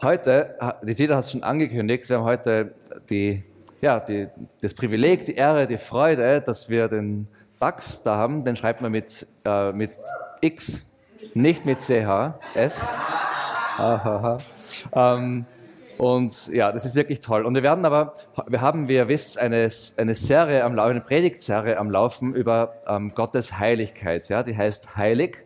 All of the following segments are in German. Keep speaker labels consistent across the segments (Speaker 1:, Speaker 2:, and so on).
Speaker 1: Heute, die Dieter hat es schon angekündigt, wir haben heute die, ja, die, das Privileg, die Ehre, die Freude, dass wir den DAX da haben. Den schreibt man mit, äh, mit X, nicht mit CH, S. Ahaha. ähm, und ja, das ist wirklich toll. Und wir werden aber, wir haben, wie ihr wisst, eine, eine Serie am Laufen, eine Predigtserie am Laufen über ähm, Gottes Heiligkeit. Ja, die heißt Heilig.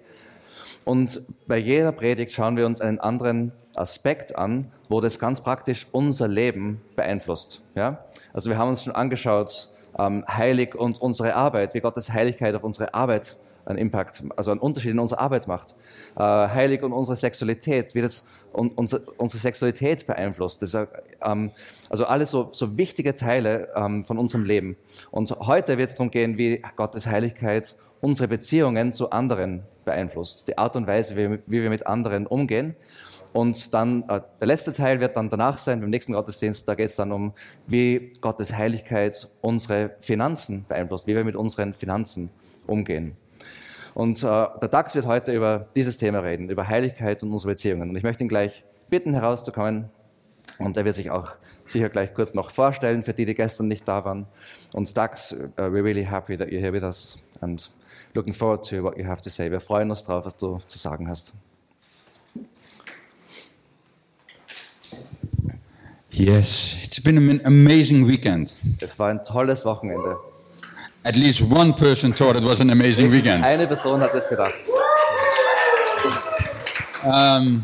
Speaker 1: Und bei jeder Predigt schauen wir uns einen anderen Aspekt an, wo das ganz praktisch unser Leben beeinflusst. Ja? Also wir haben uns schon angeschaut, ähm, heilig und unsere Arbeit, wie Gottes Heiligkeit auf unsere Arbeit einen Impact, also einen Unterschied in unserer Arbeit macht. Äh, heilig und unsere Sexualität, wie das un, unser, unsere Sexualität beeinflusst. Das, ähm, also alles so, so wichtige Teile ähm, von unserem Leben. Und heute wird es darum gehen, wie Gottes Heiligkeit unsere Beziehungen zu anderen beeinflusst. Die Art und Weise, wie, wie wir mit anderen umgehen. Und dann äh, der letzte Teil wird dann danach sein, beim nächsten Gottesdienst, da geht es dann um, wie Gottes Heiligkeit unsere Finanzen beeinflusst, wie wir mit unseren Finanzen umgehen. Und äh, der DAX wird heute über dieses Thema reden, über Heiligkeit und unsere Beziehungen. Und ich möchte ihn gleich bitten, herauszukommen. Und er wird sich auch sicher gleich kurz noch vorstellen, für die, die gestern nicht da waren. Und DAX, uh, we're really happy that you're here with us and looking forward to what you have to say. Wir freuen uns drauf, was du zu sagen hast.
Speaker 2: Yes, it's been an amazing weekend.
Speaker 1: Es war ein tolles Wochenende.
Speaker 2: At least one person thought it was an amazing weekend.
Speaker 1: Eine Person hat es gedacht.
Speaker 2: Um,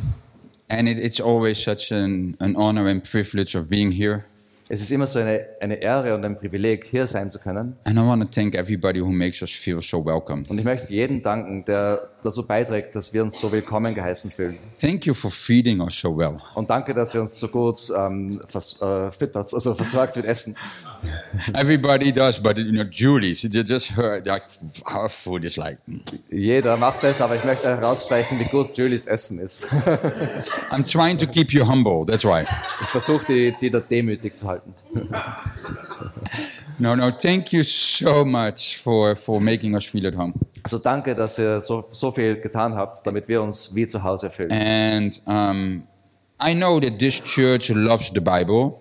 Speaker 2: and it, it's always such an, an honor and privilege of being here.
Speaker 1: Es ist immer so eine, eine Ehre und ein Privileg, hier sein zu können.
Speaker 2: And I want to thank everybody who makes us feel so welcome.
Speaker 1: Und ich möchte jedem danken, der dazu beiträgt, dass wir uns so willkommen geheißen fühlen.
Speaker 2: Thank you for feeding us so well.
Speaker 1: Und danke, dass ihr uns so gut ähm, vers äh, füttert, also versorgt mit Essen.
Speaker 2: Everybody does, but you know, Julie, she ju- just heard like our food is like.
Speaker 1: Jeder macht es, aber ich möchte herausstreichen, wie gut Julies Essen ist.
Speaker 2: I'm trying to keep you humble. That's why.
Speaker 1: Ich versuche, die, die da demütig zu halten.
Speaker 2: No, no. Thank you so much for for making us feel at home.
Speaker 1: Also danke, dass ihr so, so viel getan habt, damit wir uns wie zu Hause fühlen.
Speaker 2: And um, I know that this church loves the Bible.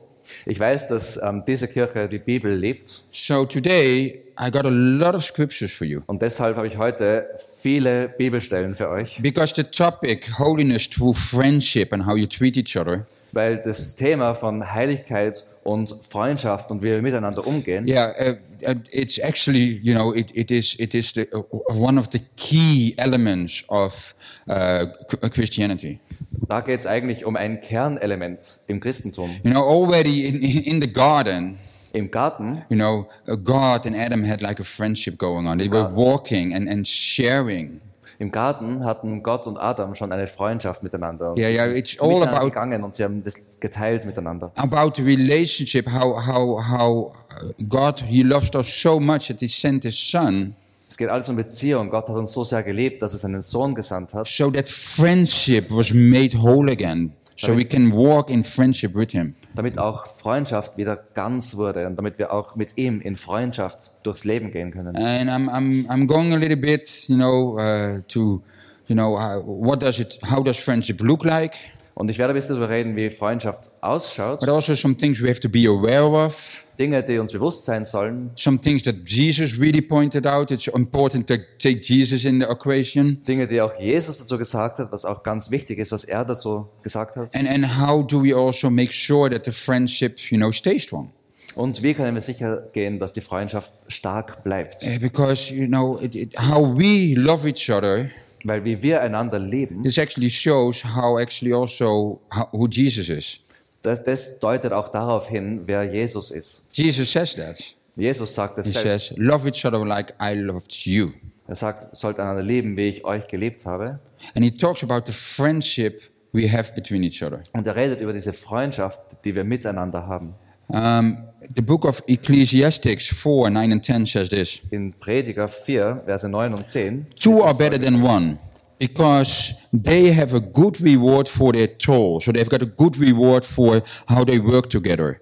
Speaker 1: Ich weiß, dass ähm, diese Kirche die Bibel lebt
Speaker 2: So today I got a lot of scriptures for you
Speaker 1: und deshalb habe ich heute viele Bibelstellen für euch,
Speaker 2: because the topic holiness through friendship and how you treat each other.
Speaker 1: weil das Thema von Heiligkeit und Freundschaft und wie wir miteinander umgehen,
Speaker 2: Yeah, uh, uh, it's actually you know it, it is it is the, uh, one of the key elements of uh, Ch- Christianity.
Speaker 1: da geht es eigentlich um ein Kernelement im Christentum.
Speaker 2: You know, already in in the garden,
Speaker 1: Im Garten
Speaker 2: you know, uh, God and Adam had like a friendship going on. They were walking and and sharing.
Speaker 1: Im Garten hatten Gott und Adam schon eine Freundschaft miteinander. Und
Speaker 2: Yeah,
Speaker 1: sie
Speaker 2: yeah,
Speaker 1: sind
Speaker 2: it's all
Speaker 1: miteinander
Speaker 2: about-
Speaker 1: gegangen und sie haben das geteilt miteinander.
Speaker 2: About the relationship, how how how uh, God He loved us so much that He sent His Son,
Speaker 1: Es geht alles um Beziehung. Gott hat uns so sehr geliebt, dass er seinen Sohn gesandt hat,
Speaker 2: so that friendship was made whole again. So we can walk in friendship with Him.
Speaker 1: damit auch Freundschaft wieder ganz wurde und damit wir auch mit ihm in Freundschaft durchs Leben gehen können.
Speaker 2: and I'm I'm I'm going a little bit, you know, uh, to, you know, how, what does it, how does friendship look like?
Speaker 1: Und ich werde ein bisschen darüber reden, wie Freundschaft ausschaut,
Speaker 2: But also some things we have to be aware of,
Speaker 1: Dinge, die uns bewusst sein sollen,
Speaker 2: some things that Jesus really pointed out. It's important to take Jesus in the equation,
Speaker 1: Dinge, die auch Jesus dazu gesagt hat, was auch ganz wichtig ist, was er dazu gesagt hat.
Speaker 2: and and how do we also make sure that the friendship, you know, stays strong?
Speaker 1: Und wie können wir sicher gehen, dass die Freundschaft stark bleibt?
Speaker 2: Eh, because you know, it, it, how we love each other.
Speaker 1: Weil wie wir einander leben,
Speaker 2: This actually shows how actually also how, who Jesus is.
Speaker 1: das, das deutet auch darauf hin, wer Jesus ist.
Speaker 2: Jesus says that.
Speaker 1: Jesus sagt es
Speaker 2: He
Speaker 1: selbst.
Speaker 2: says, "Love each other like I loved you."
Speaker 1: Er sagt, sollt einander leben, wie ich euch gelebt habe.
Speaker 2: And he talks about the friendship we have between each other.
Speaker 1: Und er redet über diese Freundschaft, die wir miteinander haben.
Speaker 2: Um, the book of Ecclesiastics 4, 9 and 10 says this.
Speaker 1: In Prediger 4, Verse 9 und 10.
Speaker 2: Two are better than one because they have a good reward for their toil. So they've got a good reward for how they work together.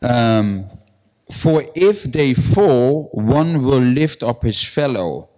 Speaker 2: Um, for if they fall, one will lift up his fellow.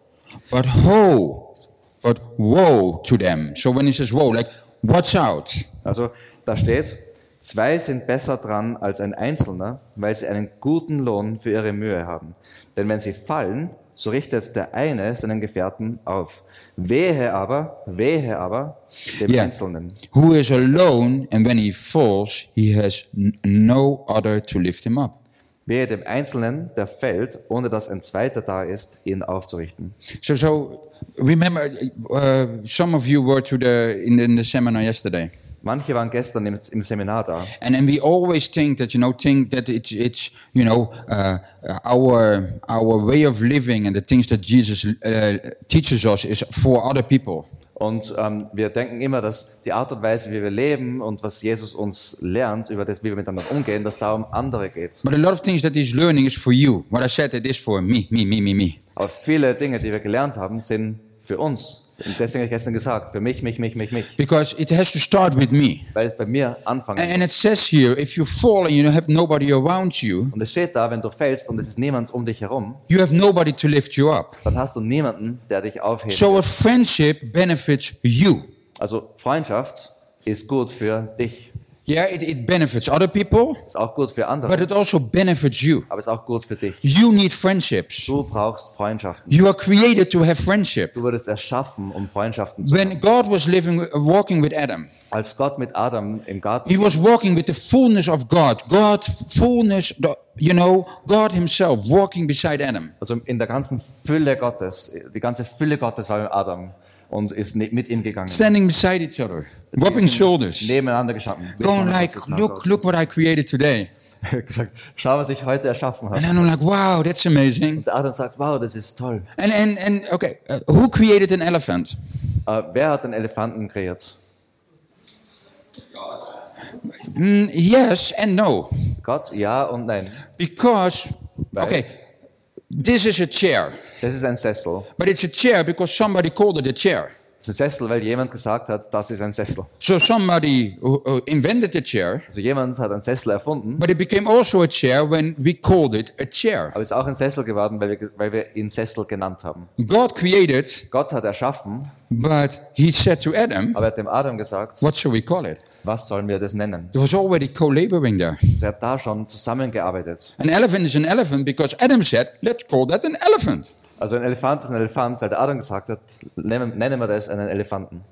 Speaker 2: But ho, but woe to them. So when he says woe, like, watch out.
Speaker 1: Also Da steht, zwei sind besser dran als ein Einzelner, weil sie einen guten Lohn für ihre Mühe haben. Denn wenn sie fallen, so richtet der eine seinen Gefährten auf. Wehe aber, wehe aber dem
Speaker 2: Yeah.
Speaker 1: Einzelnen,
Speaker 2: Who is alone, and when he falls, he has n- no other to lift him up.
Speaker 1: wehe dem Einzelnen, der fällt, ohne dass ein Zweiter da ist, ihn aufzurichten.
Speaker 2: So, so remember, uh, some of you were to the in, the in the seminar yesterday,
Speaker 1: Manche waren gestern im, im Seminar da.
Speaker 2: and and we always think that you know think that it's it's you know uh, our our way of living and the things that Jesus uh, teaches us is for other people.
Speaker 1: Und ähm, wir denken immer, dass die Art und Weise, wie wir leben und was Jesus uns lernt, über das, wie wir miteinander umgehen, dass da um andere geht.
Speaker 2: But a lot of things that he's learning is for you. What I said, it is for me, me, me, me, me.
Speaker 1: Aber viele Dinge, die wir gelernt haben, sind für uns. Und deswegen habe ich gestern gesagt, für mich, mich, mich, mich, mich.
Speaker 2: Because it has to start with me.
Speaker 1: Weil es bei mir anfangen
Speaker 2: And it says here, if you fall and you have nobody around you,
Speaker 1: Und es steht da, wenn du fällst und es ist niemand um dich herum,
Speaker 2: you have nobody to lift you up.
Speaker 1: dann hast du niemanden, der dich aufhebt.
Speaker 2: So a friendship benefits you.
Speaker 1: Also Freundschaft ist gut für dich,
Speaker 2: Yeah, it, it benefits other people,
Speaker 1: ist auch gut für andere,
Speaker 2: but it also benefits you.
Speaker 1: aber ist auch gut für dich.
Speaker 2: You need friendships.
Speaker 1: Du brauchst Freundschaften.
Speaker 2: You are created to have friendship.
Speaker 1: Du wurdest erschaffen, um Freundschaften zu
Speaker 2: When God was living, uh, walking with Adam,
Speaker 1: Als Gott mit Adam im Garten
Speaker 2: he was walking with the fullness of God. God, fullness, the- you know, God himself walking beside Adam.
Speaker 1: Also in der ganzen Fülle Gottes, die ganze Fülle Gottes war mit Adam und ist ne- mit ihm gegangen.
Speaker 2: Standing beside each other, rubbing shoulders,
Speaker 1: Nebeneinander geschaffen.
Speaker 2: going like, look, look what I created today.
Speaker 1: Gesagt, schau, was ich heute erschaffen
Speaker 2: And
Speaker 1: habe.
Speaker 2: then I'm like, wow, that's amazing.
Speaker 1: Der Adam sagt, wow, das ist toll.
Speaker 2: And, and, and okay, uh, who created an elephant?
Speaker 1: Äh, wer hat den Elefanten kreiert?
Speaker 2: Mm, yes and no.
Speaker 1: Gott? Ja und nein.
Speaker 2: Because,
Speaker 1: Right.
Speaker 2: okay, this is a chair,
Speaker 1: Das ist ein Sessel.
Speaker 2: but it's a chair because somebody called it a chair.
Speaker 1: Das ist ein Sessel, weil jemand gesagt hat, das ist ein Sessel.
Speaker 2: So somebody who, who invented the chair,
Speaker 1: Also jemand hat einen Sessel erfunden,
Speaker 2: but it became also a chair when we called it a chair.
Speaker 1: aber ist auch ein Sessel geworden, weil wir, ge- weil wir ihn Sessel genannt haben.
Speaker 2: God created,
Speaker 1: Gott hat erschaffen,
Speaker 2: but he said to Adam,
Speaker 1: aber er hat dem Adam gesagt,
Speaker 2: what shall we call it?
Speaker 1: was sollen wir das nennen?
Speaker 2: There was already co-laboring there.
Speaker 1: Sie hat da schon zusammengearbeitet.
Speaker 2: An elephant is an elephant because Adam said, let's call that an elephant.
Speaker 1: Also ein Elefant ist ein Elefant, weil der Adam gesagt hat, nennen, nennen wir das einen Elefanten.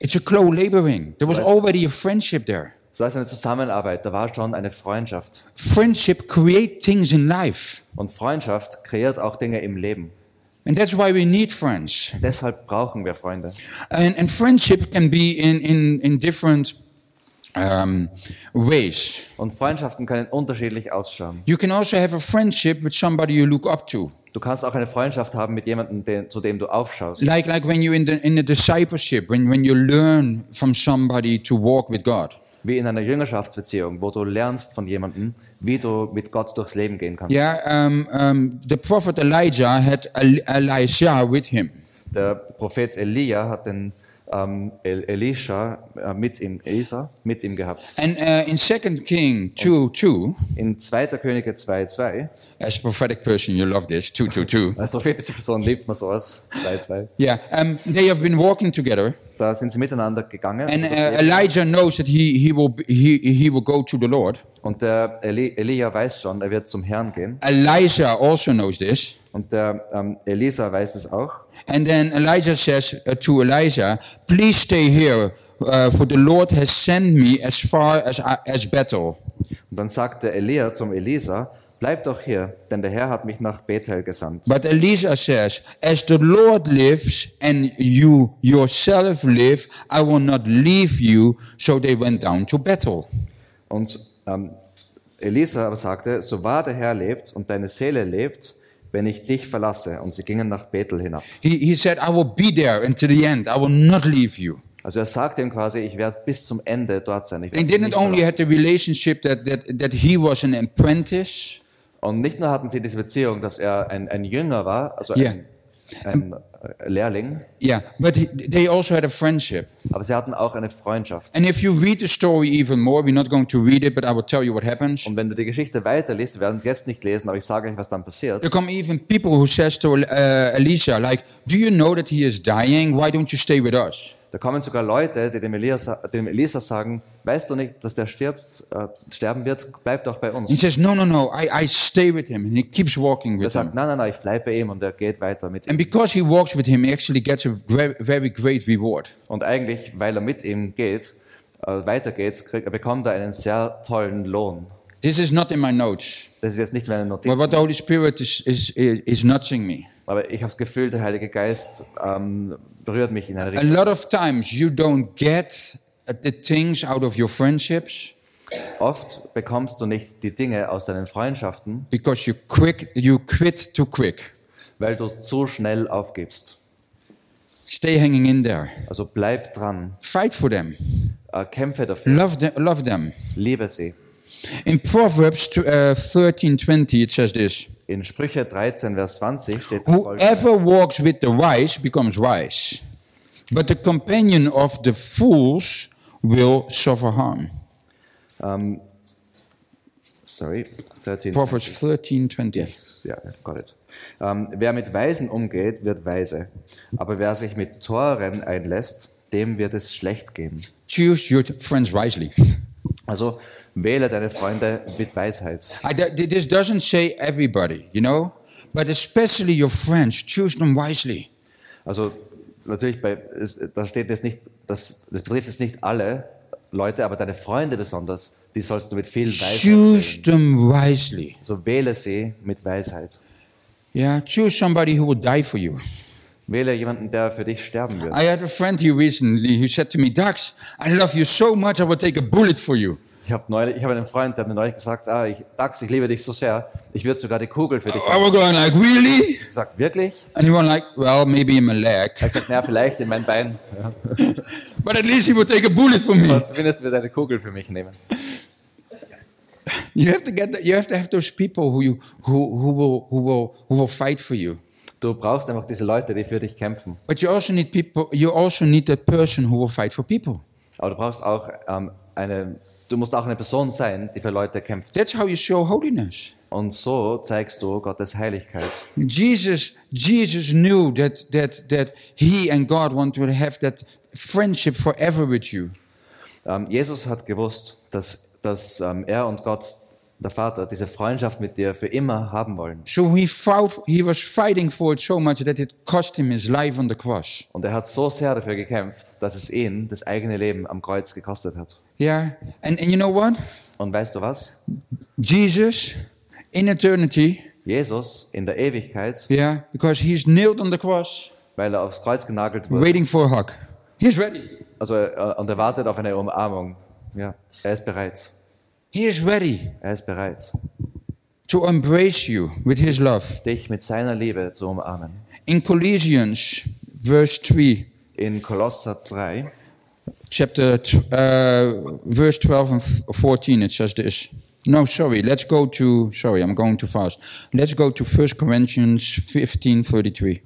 Speaker 2: It's a co-laboring. There was already a friendship there.
Speaker 1: Das heißt eine Zusammenarbeit, da war schon eine Freundschaft.
Speaker 2: Friendship create things in life.
Speaker 1: Und Freundschaft kreiert auch Dinge im Leben.
Speaker 2: And that's why we need friends.
Speaker 1: Deshalb brauchen wir Freunde.
Speaker 2: And, and friendship can be in, in, in different um, ways.
Speaker 1: Und Freundschaften können unterschiedlich ausschauen.
Speaker 2: You can also have a friendship with somebody you look up to.
Speaker 1: Du kannst auch eine Freundschaft haben mit jemandem, den, zu dem du aufschaust.
Speaker 2: Like, like when you're in the, in the discipleship, when, when you learn from somebody to walk with God.
Speaker 1: Wie in einer Jüngerschaftsbeziehung, wo du lernst von jemandem, wie du mit Gott durchs Leben gehen kannst.
Speaker 2: Yeah, um, um, the prophet Elijah had El- Elisha with him.
Speaker 1: Der Prophet Elia hat den ähm, El Elisha äh, mit ihm, Elisa, mit ihm gehabt.
Speaker 2: And uh, in 2 King 2 2,
Speaker 1: In 2. Könige 2,2
Speaker 2: as a prophetic person, you love this, 2 2 2.
Speaker 1: Als prophetische Person lebt man sowas. 2-2.
Speaker 2: Yeah, um, they have been walking together.
Speaker 1: Da sind sie miteinander gegangen. Also
Speaker 2: And uh, Elijah knows that he, he, will, be- he, he will go to the Lord.
Speaker 1: und der Eli Elia weiß schon, er wird zum Herrn gehen.
Speaker 2: Elijah also knows this.
Speaker 1: Und der ähm, Elisa weiß es auch.
Speaker 2: And then Elijah says uh, to Elijah, Please stay here, uh, for the Lord has sent me as far as, I as battle.
Speaker 1: Und dann sagt der Elia zum Elisa, bleib doch hier, denn der Herr hat mich nach Bethel gesandt.
Speaker 2: But Elijah says, As the Lord lives and you yourself live, I will not leave you. So they went down to battle.
Speaker 1: Und ähm, Elisa aber sagte, so wahr der Herr lebt und deine Seele lebt, wenn ich dich verlasse. Und sie gingen nach Bethel hinab.
Speaker 2: He, he said, I will be there until the end. I will not leave you.
Speaker 1: Also er sagte ihm quasi, ich werde bis zum Ende dort sein. Ich
Speaker 2: They
Speaker 1: werd dich
Speaker 2: didn't
Speaker 1: nicht
Speaker 2: only have the relationship that, that, that he was an apprentice.
Speaker 1: Und nicht nur hatten sie diese Beziehung, dass er ein, ein Jünger war, also
Speaker 2: Ja.
Speaker 1: ein, ein äh, Lehrling,
Speaker 2: Yeah, but he, they also had a friendship.
Speaker 1: aber sie hatten auch eine Freundschaft.
Speaker 2: And if you read the story even more, we're not going to read it, but I will tell you what happens.
Speaker 1: Und wenn du die Geschichte weiterliest, wir werden es jetzt nicht lesen, aber ich sage euch, was dann passiert.
Speaker 2: There come even people who says to uh, Elisha, like, do you know that he is dying? Why don't you stay with us?
Speaker 1: Da kommen sogar Leute, die dem Elia, sa- dem Elisa sagen, weißt du nicht, dass der stirbt, äh, sterben wird, bleib doch bei
Speaker 2: He
Speaker 1: uns.
Speaker 2: says, No, no, no, I, I stay with him. And he keeps walking
Speaker 1: Er
Speaker 2: with
Speaker 1: sagt,
Speaker 2: him.
Speaker 1: nein, nein, nein, ich bleibe bei ihm und er geht weiter mit ihm.
Speaker 2: And because he walks with him, he actually gets a gre- very great reward.
Speaker 1: Und eigentlich, weil er mit ihm geht, äh, weitergeht, kriegt, er bekommt er einen sehr tollen Lohn.
Speaker 2: This is not in my notes,
Speaker 1: Das ist jetzt nicht meine Notiz,
Speaker 2: but what the Holy Spirit is, is, is, is nudging me.
Speaker 1: aber ich habe das Gefühl, der Heilige Geist ähm, berührt mich in einer
Speaker 2: A
Speaker 1: Richtung.
Speaker 2: lot of times you don't get uh, the things out of your friendships
Speaker 1: Oft bekommst du nicht die Dinge aus deinen Freundschaften,
Speaker 2: because you, quick, you quit too quick.
Speaker 1: weil du zu schnell aufgibst.
Speaker 2: Stay hanging in there.
Speaker 1: Also bleib dran,
Speaker 2: Fight for them.
Speaker 1: äh, kämpfe dafür,
Speaker 2: Love them. Love them.
Speaker 1: liebe sie.
Speaker 2: In Proverbs t- uh, 13 it says this
Speaker 1: In Sprüche 13, Vers 20 steht folgendes.
Speaker 2: Whoever walks with the wise becomes wise, but the companion of the fools will suffer harm.
Speaker 1: Ähm, sorry, 13.
Speaker 2: Proverbs 13
Speaker 1: Yes, ja, got it. Ähm, wer mit Weisen umgeht, wird weise. Aber wer sich mit Toren einlässt, dem wird es schlecht gehen.
Speaker 2: Choose your friends wisely.
Speaker 1: Also wähle deine Freunde mit Weisheit.
Speaker 2: I, th- th- this doesn't say everybody, you know, but especially your friends, choose them wisely.
Speaker 1: Also natürlich, bei, es, da steht jetzt nicht, das, das betrifft jetzt nicht alle Leute, aber deine Freunde besonders, die sollst du mit viel Weisheit.
Speaker 2: Choose them wisely.
Speaker 1: So wähle sie mit Weisheit.
Speaker 2: Yeah, choose somebody who will die for you.
Speaker 1: Wähle jemanden, der für dich sterben wird.
Speaker 2: I had a friend here recently who said to me, Dax, I love you so much, I will take a bullet for you.
Speaker 1: Ich habe neulich, ich habe einen Freund, der hat mir neulich gesagt, ah, ich, Dax, ich liebe dich so sehr, ich würde sogar die Kugel für dich.
Speaker 2: I was going like, really?
Speaker 1: Ich gesagt, wirklich?
Speaker 2: And he went like, well, maybe in my leg,
Speaker 1: Er hat gesagt, naja, vielleicht in mein Bein. Ja.
Speaker 2: but at least he will take a bullet for me.
Speaker 1: Aber zumindest wird er eine Kugel für mich nehmen.
Speaker 2: You have to get, the, you have to have those people who you, who, who will, who will, who will fight for you.
Speaker 1: Du brauchst einfach diese Leute, die für dich kämpfen.
Speaker 2: But you also need people, you also need that person who will fight for people.
Speaker 1: Aber du brauchst auch ähm, eine, du musst auch eine Person sein, die für Leute kämpft.
Speaker 2: That's how you show holiness.
Speaker 1: Und so zeigst du Gottes Heiligkeit.
Speaker 2: Jesus, Jesus knew that, that, that he and God want to have that friendship forever with you.
Speaker 1: Ähm, Jesus hat gewusst, dass, dass ähm, er und Gott, der Vater, diese Freundschaft mit dir für immer haben wollen.
Speaker 2: So he fought, he was fighting for it so much that it cost him his life on the cross.
Speaker 1: Und er hat so sehr dafür gekämpft, dass es ihn das eigene Leben am Kreuz gekostet hat.
Speaker 2: Yeah. And, and you know what?
Speaker 1: Und weißt du was?
Speaker 2: Jesus in eternity,
Speaker 1: Jesus in der Ewigkeit,
Speaker 2: yeah, because he's nailed on the cross,
Speaker 1: weil er aufs Kreuz genagelt wurde,
Speaker 2: waiting for a hug. He's ready.
Speaker 1: also äh, und er wartet auf eine Umarmung. Ja, er ist bereit.
Speaker 2: He is ready
Speaker 1: Er ist bereit,
Speaker 2: to embrace you with his love.
Speaker 1: dich mit seiner Liebe zu umarmen.
Speaker 2: In Colossians, verse 3,
Speaker 1: In Kolosser 3,
Speaker 2: chapter, tw- uh, verse 12 and f- 14, it says this. No, sorry, let's go to, sorry, I'm going too fast. Let's go to 1 Corinthians 15, 33.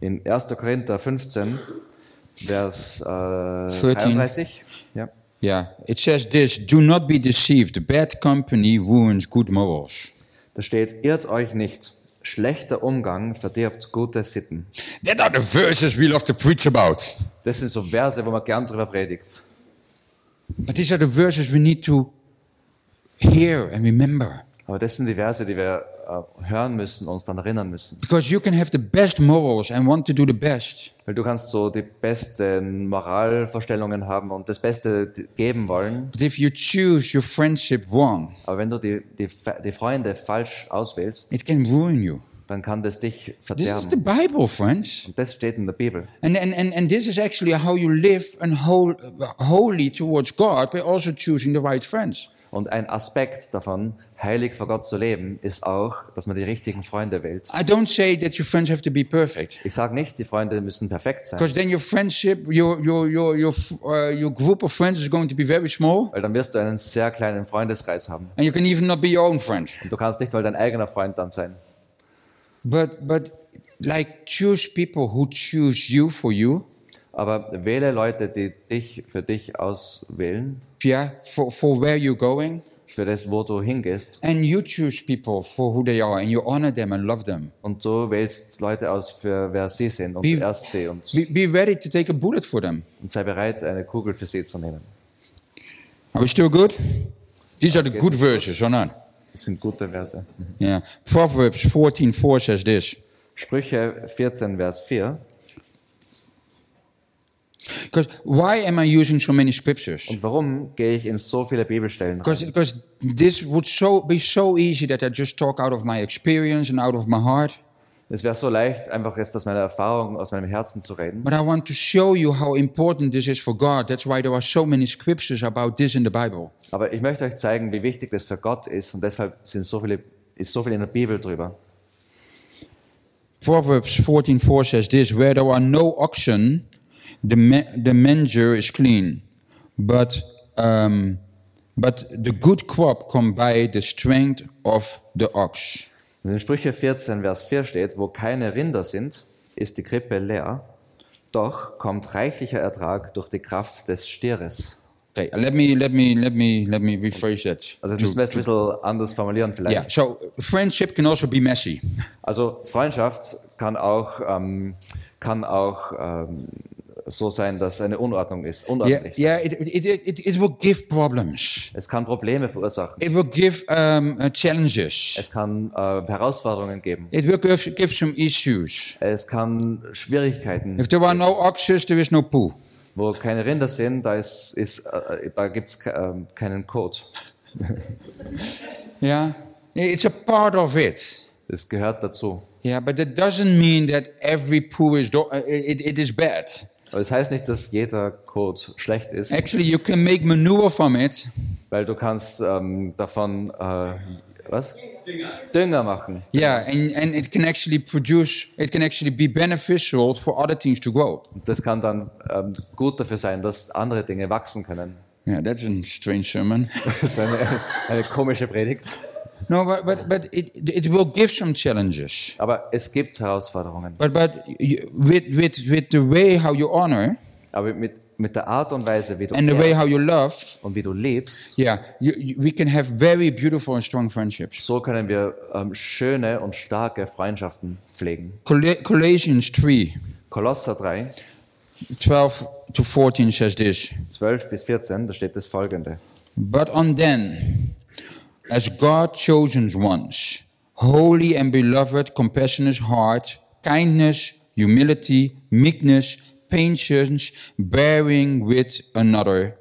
Speaker 1: in 1. Korinther 15, Vers äh,
Speaker 2: 13.
Speaker 1: 33. Ja.
Speaker 2: Yeah, it says this Do not be deceived. Bad company ruins good morals.
Speaker 1: Da steht, irrt euch nicht. Schlechter Umgang verdirbt gute Sitten.
Speaker 2: That are the verses we love to preach about.
Speaker 1: Das sind so Verse, wo man gern drüber predigt.
Speaker 2: But these are the verses we need to hear and remember.
Speaker 1: Aber das sind die Verse, die wir äh, hören müssen, uns dann erinnern müssen.
Speaker 2: Because you can have the best morals and want to do the best.
Speaker 1: Weil du kannst so die besten Moralvorstellungen haben und das Beste d- geben wollen.
Speaker 2: But if you choose your friendship wrong,
Speaker 1: Aber wenn du die, die, Fe- die Freunde falsch auswählst,
Speaker 2: it can ruin you.
Speaker 1: dann kann das dich
Speaker 2: This is
Speaker 1: verderben.
Speaker 2: the Bible, friends.
Speaker 1: Und das steht in der Bibel.
Speaker 2: And, and, and, and this is actually how you live and whole, holy towards God by also choosing the right friends.
Speaker 1: Und ein Aspekt davon, heilig vor Gott zu leben, ist auch, dass man die richtigen Freunde wählt.
Speaker 2: I don't say that your friends have to be perfect.
Speaker 1: Ich sage nicht, die Freunde müssen perfekt sein,
Speaker 2: Because then your friendship, your your your your f- uh, your group of friends is going to be very small,
Speaker 1: weil dann wirst du einen sehr kleinen Freundeskreis haben.
Speaker 2: and you can even not be your own friend.
Speaker 1: Und du kannst nicht mal dein eigener Freund dann sein.
Speaker 2: But but like choose people who choose you for you,
Speaker 1: Aber wähle Leute, die dich für dich auswählen,
Speaker 2: yeah, for for where you're going,
Speaker 1: für das, wo du hingehst.
Speaker 2: And you choose people for who they are and you honor them and love them.
Speaker 1: Und du wählst Leute aus, für wer sie sind und
Speaker 2: Wie-
Speaker 1: erst sie und,
Speaker 2: Be, be ready to take a bullet for them.
Speaker 1: und sei bereit, eine Kugel für sie zu nehmen.
Speaker 2: Are we still good? These are the good verses, or not?
Speaker 1: Das sind gute Verse.
Speaker 2: Yeah. Proverbs 14:4 says this.
Speaker 1: Sprüche 14, Vers 4.
Speaker 2: Because why am I using so many scriptures?
Speaker 1: Und warum gehe ich in so viele Bibelstellen rein?
Speaker 2: Because because this would so be so easy that I just talk out of my experience and out of my heart.
Speaker 1: Es wäre so leicht, einfach jetzt aus meiner Erfahrung, aus meinem Herzen zu reden.
Speaker 2: But I want to show you how important this is for God. That's why there are so many scriptures about this in the Bible.
Speaker 1: Aber ich möchte euch zeigen, wie wichtig das für Gott ist und deshalb sind so viele, ist so viel in der Bibel drüber.
Speaker 2: Proverbs 14:4 says this: Where there are no oxen, the ma- the manger is clean, but um, but the good crop come by the strength of the ox.
Speaker 1: Und Also in Sprüche 14, Vers 4 steht, wo keine Rinder sind, ist die Krippe leer, doch kommt reichlicher Ertrag durch die Kraft des Stieres.
Speaker 2: Okay, let me let me let me let me rephrase that.
Speaker 1: Also das müssen
Speaker 2: to-
Speaker 1: wir jetzt ein bisschen anders formulieren vielleicht.
Speaker 2: yeah. So friendship can also be messy.
Speaker 1: Also Freundschaft kann auch, ähm, kann auch ähm, so sein, dass eine Unordnung ist,
Speaker 2: Yeah,
Speaker 1: unordentlich.
Speaker 2: yeah. It, it, it, it, it will give problems.
Speaker 1: Es kann Probleme verursachen.
Speaker 2: It will give um, uh, challenges.
Speaker 1: Es kann äh, Herausforderungen geben.
Speaker 2: It will give, give some issues.
Speaker 1: Es kann Schwierigkeiten
Speaker 2: If there are no oxes, there is no poo.
Speaker 1: Wo keine Rinder sind, da, ist, ist, äh, da gibt es keinen Code.
Speaker 2: Yeah, it's a part of it.
Speaker 1: Das gehört dazu.
Speaker 2: Yeah, but that doesn't mean that every poo is do- uh, it, it is bad.
Speaker 1: Aber das heißt nicht, dass jeder Code schlecht ist,
Speaker 2: Actually, you can make manure from it,
Speaker 1: weil du kannst ähm, davon äh, was? Dünger machen.
Speaker 2: yeah, and, and it can actually produce. It can actually be beneficial for other things to grow.
Speaker 1: Und Das kann dann ähm, gut dafür sein, dass andere Dinge wachsen können.
Speaker 2: Yeah, that's a strange sermon.
Speaker 1: Das ist eine, eine komische Predigt.
Speaker 2: no, but but but it it will give some challenges.
Speaker 1: Aber es gibt Herausforderungen.
Speaker 2: But but you, with with with the way how you honor
Speaker 1: Aber mit, mit der Art und Weise, wie du
Speaker 2: and the way how
Speaker 1: ehrst
Speaker 2: you love,
Speaker 1: und wie du lebst,
Speaker 2: yeah, you, you, we can have very beautiful and strong friendships.
Speaker 1: so können wir ähm, schöne und starke Freundschaften pflegen.
Speaker 2: Colla- Colossians three.
Speaker 1: Kolosser 3,
Speaker 2: 12 to 14 says this
Speaker 1: 12 bis 14, da steht das folgende.
Speaker 2: But on them, as God chosen ones, holy and beloved, compassionate heart, kindness, humility, meekness, patience, bearing with another.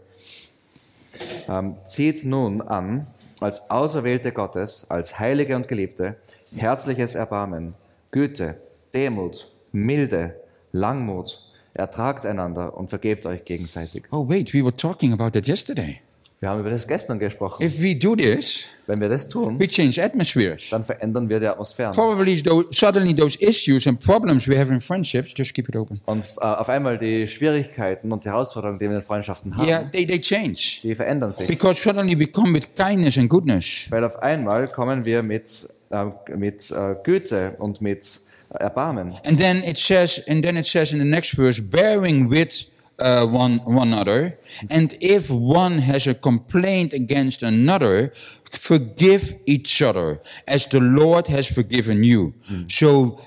Speaker 1: Ähm, zieht nun an, als Auserwählte Gottes, als Heilige und Geliebte, herzliches Erbarmen, Güte, Demut, Milde, Langmut, ertragt einander und vergebt euch gegenseitig.
Speaker 2: Oh, wait, we were talking about that yesterday.
Speaker 1: Wir haben über das gestern gesprochen.
Speaker 2: If we do this,
Speaker 1: Wenn wir das tun,
Speaker 2: we change atmospheres.
Speaker 1: dann verändern wir die Atmosphäre.
Speaker 2: Probably those, suddenly those issues and problems we have in friendships, just keep it open.
Speaker 1: Und äh, auf einmal die Schwierigkeiten und die Herausforderungen, die wir in Freundschaften haben,
Speaker 2: Yeah, they, they change.
Speaker 1: die verändern sich.
Speaker 2: Because suddenly we come with kindness and goodness.
Speaker 1: Weil auf einmal kommen wir mit, äh, mit äh, Güte und mit Erbarmen.
Speaker 2: And then it says, and then it says in the next verse, bearing with uh, one one another, and if one has a complaint against another, forgive each other, as the Lord has forgiven you. So,